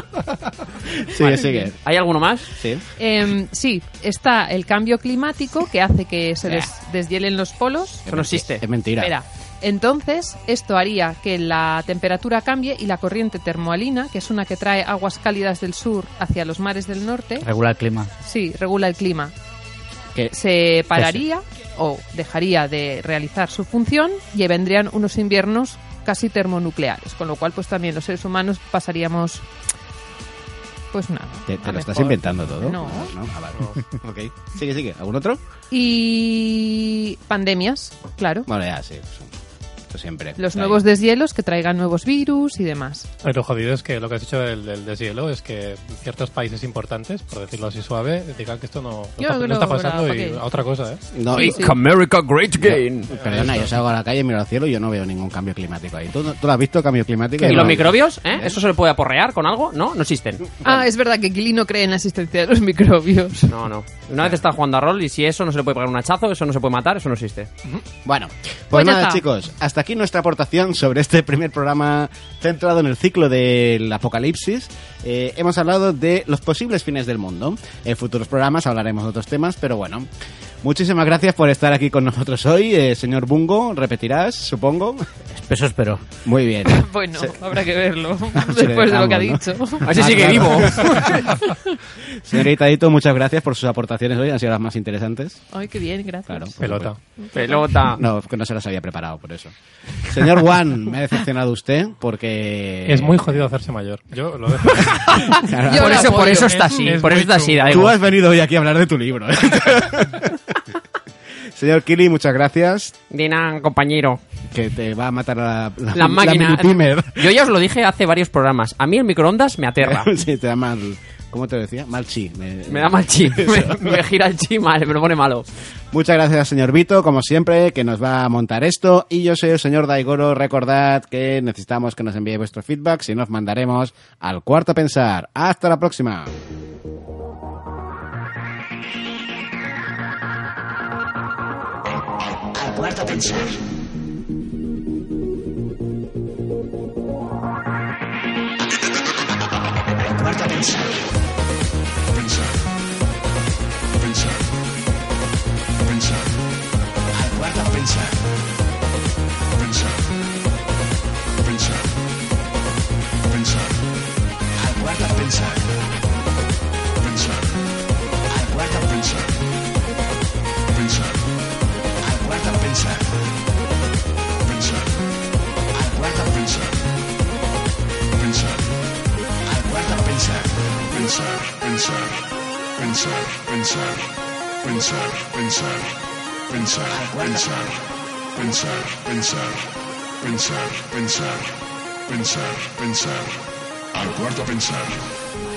Sigue, sigue. ¿Hay alguno más? Sí. Em, sí, está el cambio climático que hace que se des- deshielen los polos. Eso no existe. Es mentira. Espera. Entonces, esto haría que la temperatura cambie y la corriente termoalina, que es una que trae aguas cálidas del sur hacia los mares del norte, Regula el clima. sí, regula el clima. Que- Se pararía o dejaría de realizar su función y vendrían unos inviernos casi termonucleares, con lo cual pues también los seres humanos pasaríamos pues nada. ¿Te, te a lo estás mejor. inventando todo? No. Ah, vale. [laughs] ok. Sigue, sigue. ¿Algún otro? Y pandemias, claro. Bueno, ya, sí. pues, esto siempre. Los Ahí. nuevos deshielos que traigan nuevos virus y demás. Lo jodido es que lo que has dicho del, del deshielo es que ciertos países importantes, por decirlo así suave, digan que esto no, no Yo está- no creo está que pasando la- y ok. a otra cosa, ¿eh? No, Sí, y- sí. America Great Gain. Perdona, yo salgo a la calle, miro al cielo y yo no veo ningún cambio climático ahí. ¿Tú, no- tú lo has visto, cambio climático? ¿Y No. los microbios? ¿Eh? ¿Eso se le puede aporrear con algo? No, no existen. Ah, es verdad que Gilly no cree en la existencia de los [laughs] microbios. No, no. Una vez estás jugando a rol y si eso no se le puede pegar un hachazo, eso no se puede matar, eso no existe. Bueno, Pues pues ya nada, está. chicos, hasta aquí nuestra aportación sobre este primer programa centrado en el ciclo del apocalipsis. Eh, hemos hablado de los posibles fines del mundo. En futuros programas hablaremos de otros temas, pero bueno. Muchísimas gracias por estar aquí con nosotros hoy, eh, señor Bungo. Repetirás, supongo. Eso espero. Muy [laughs] bien. Bueno, habrá que verlo [laughs] Se le después de lo que ha dejamos, dicho. ¿no? A ver si Ah, sigue claro. vivo. Señorita Dito, muchas gracias por sus aportaciones hoy. Han sido las más interesantes. Ay, qué bien, gracias. Claro. por Pelota. [laughs] Pelota. No, que no se las había preparado por eso. Señor Juan, me ha decepcionado usted porque... Es muy jodido hacerse mayor. Yo lo dejo. [laughs] Claro. Yo Por la eso, por apoyo. eso está Es- así. es Por eso muy está así, chungo. Daigo. Tú has venido hoy aquí a hablar de tu libro. ¿eh? [laughs] Señor Kili, muchas gracias. De nada, compañero. Que te va a matar la, la, Las máquinas. minutimer. Yo ya os lo dije hace varios programas. A mí el microondas me [laughs] aterra. [laughs] Sí, te da mal. ¿Cómo te lo decía? Mal chi. Me, Me da mal chip. Me, [laughs] me gira el chip mal, me lo pone malo. Muchas gracias, señor Vito, como siempre, que nos va a montar esto. Y yo soy el señor Daigoro. Recordad que necesitamos que nos envíe vuestro feedback, si nos mandaremos al cuarto pensar. Hasta la próxima. pensar, pensar, pensar, pensar. Al cuarto pensar,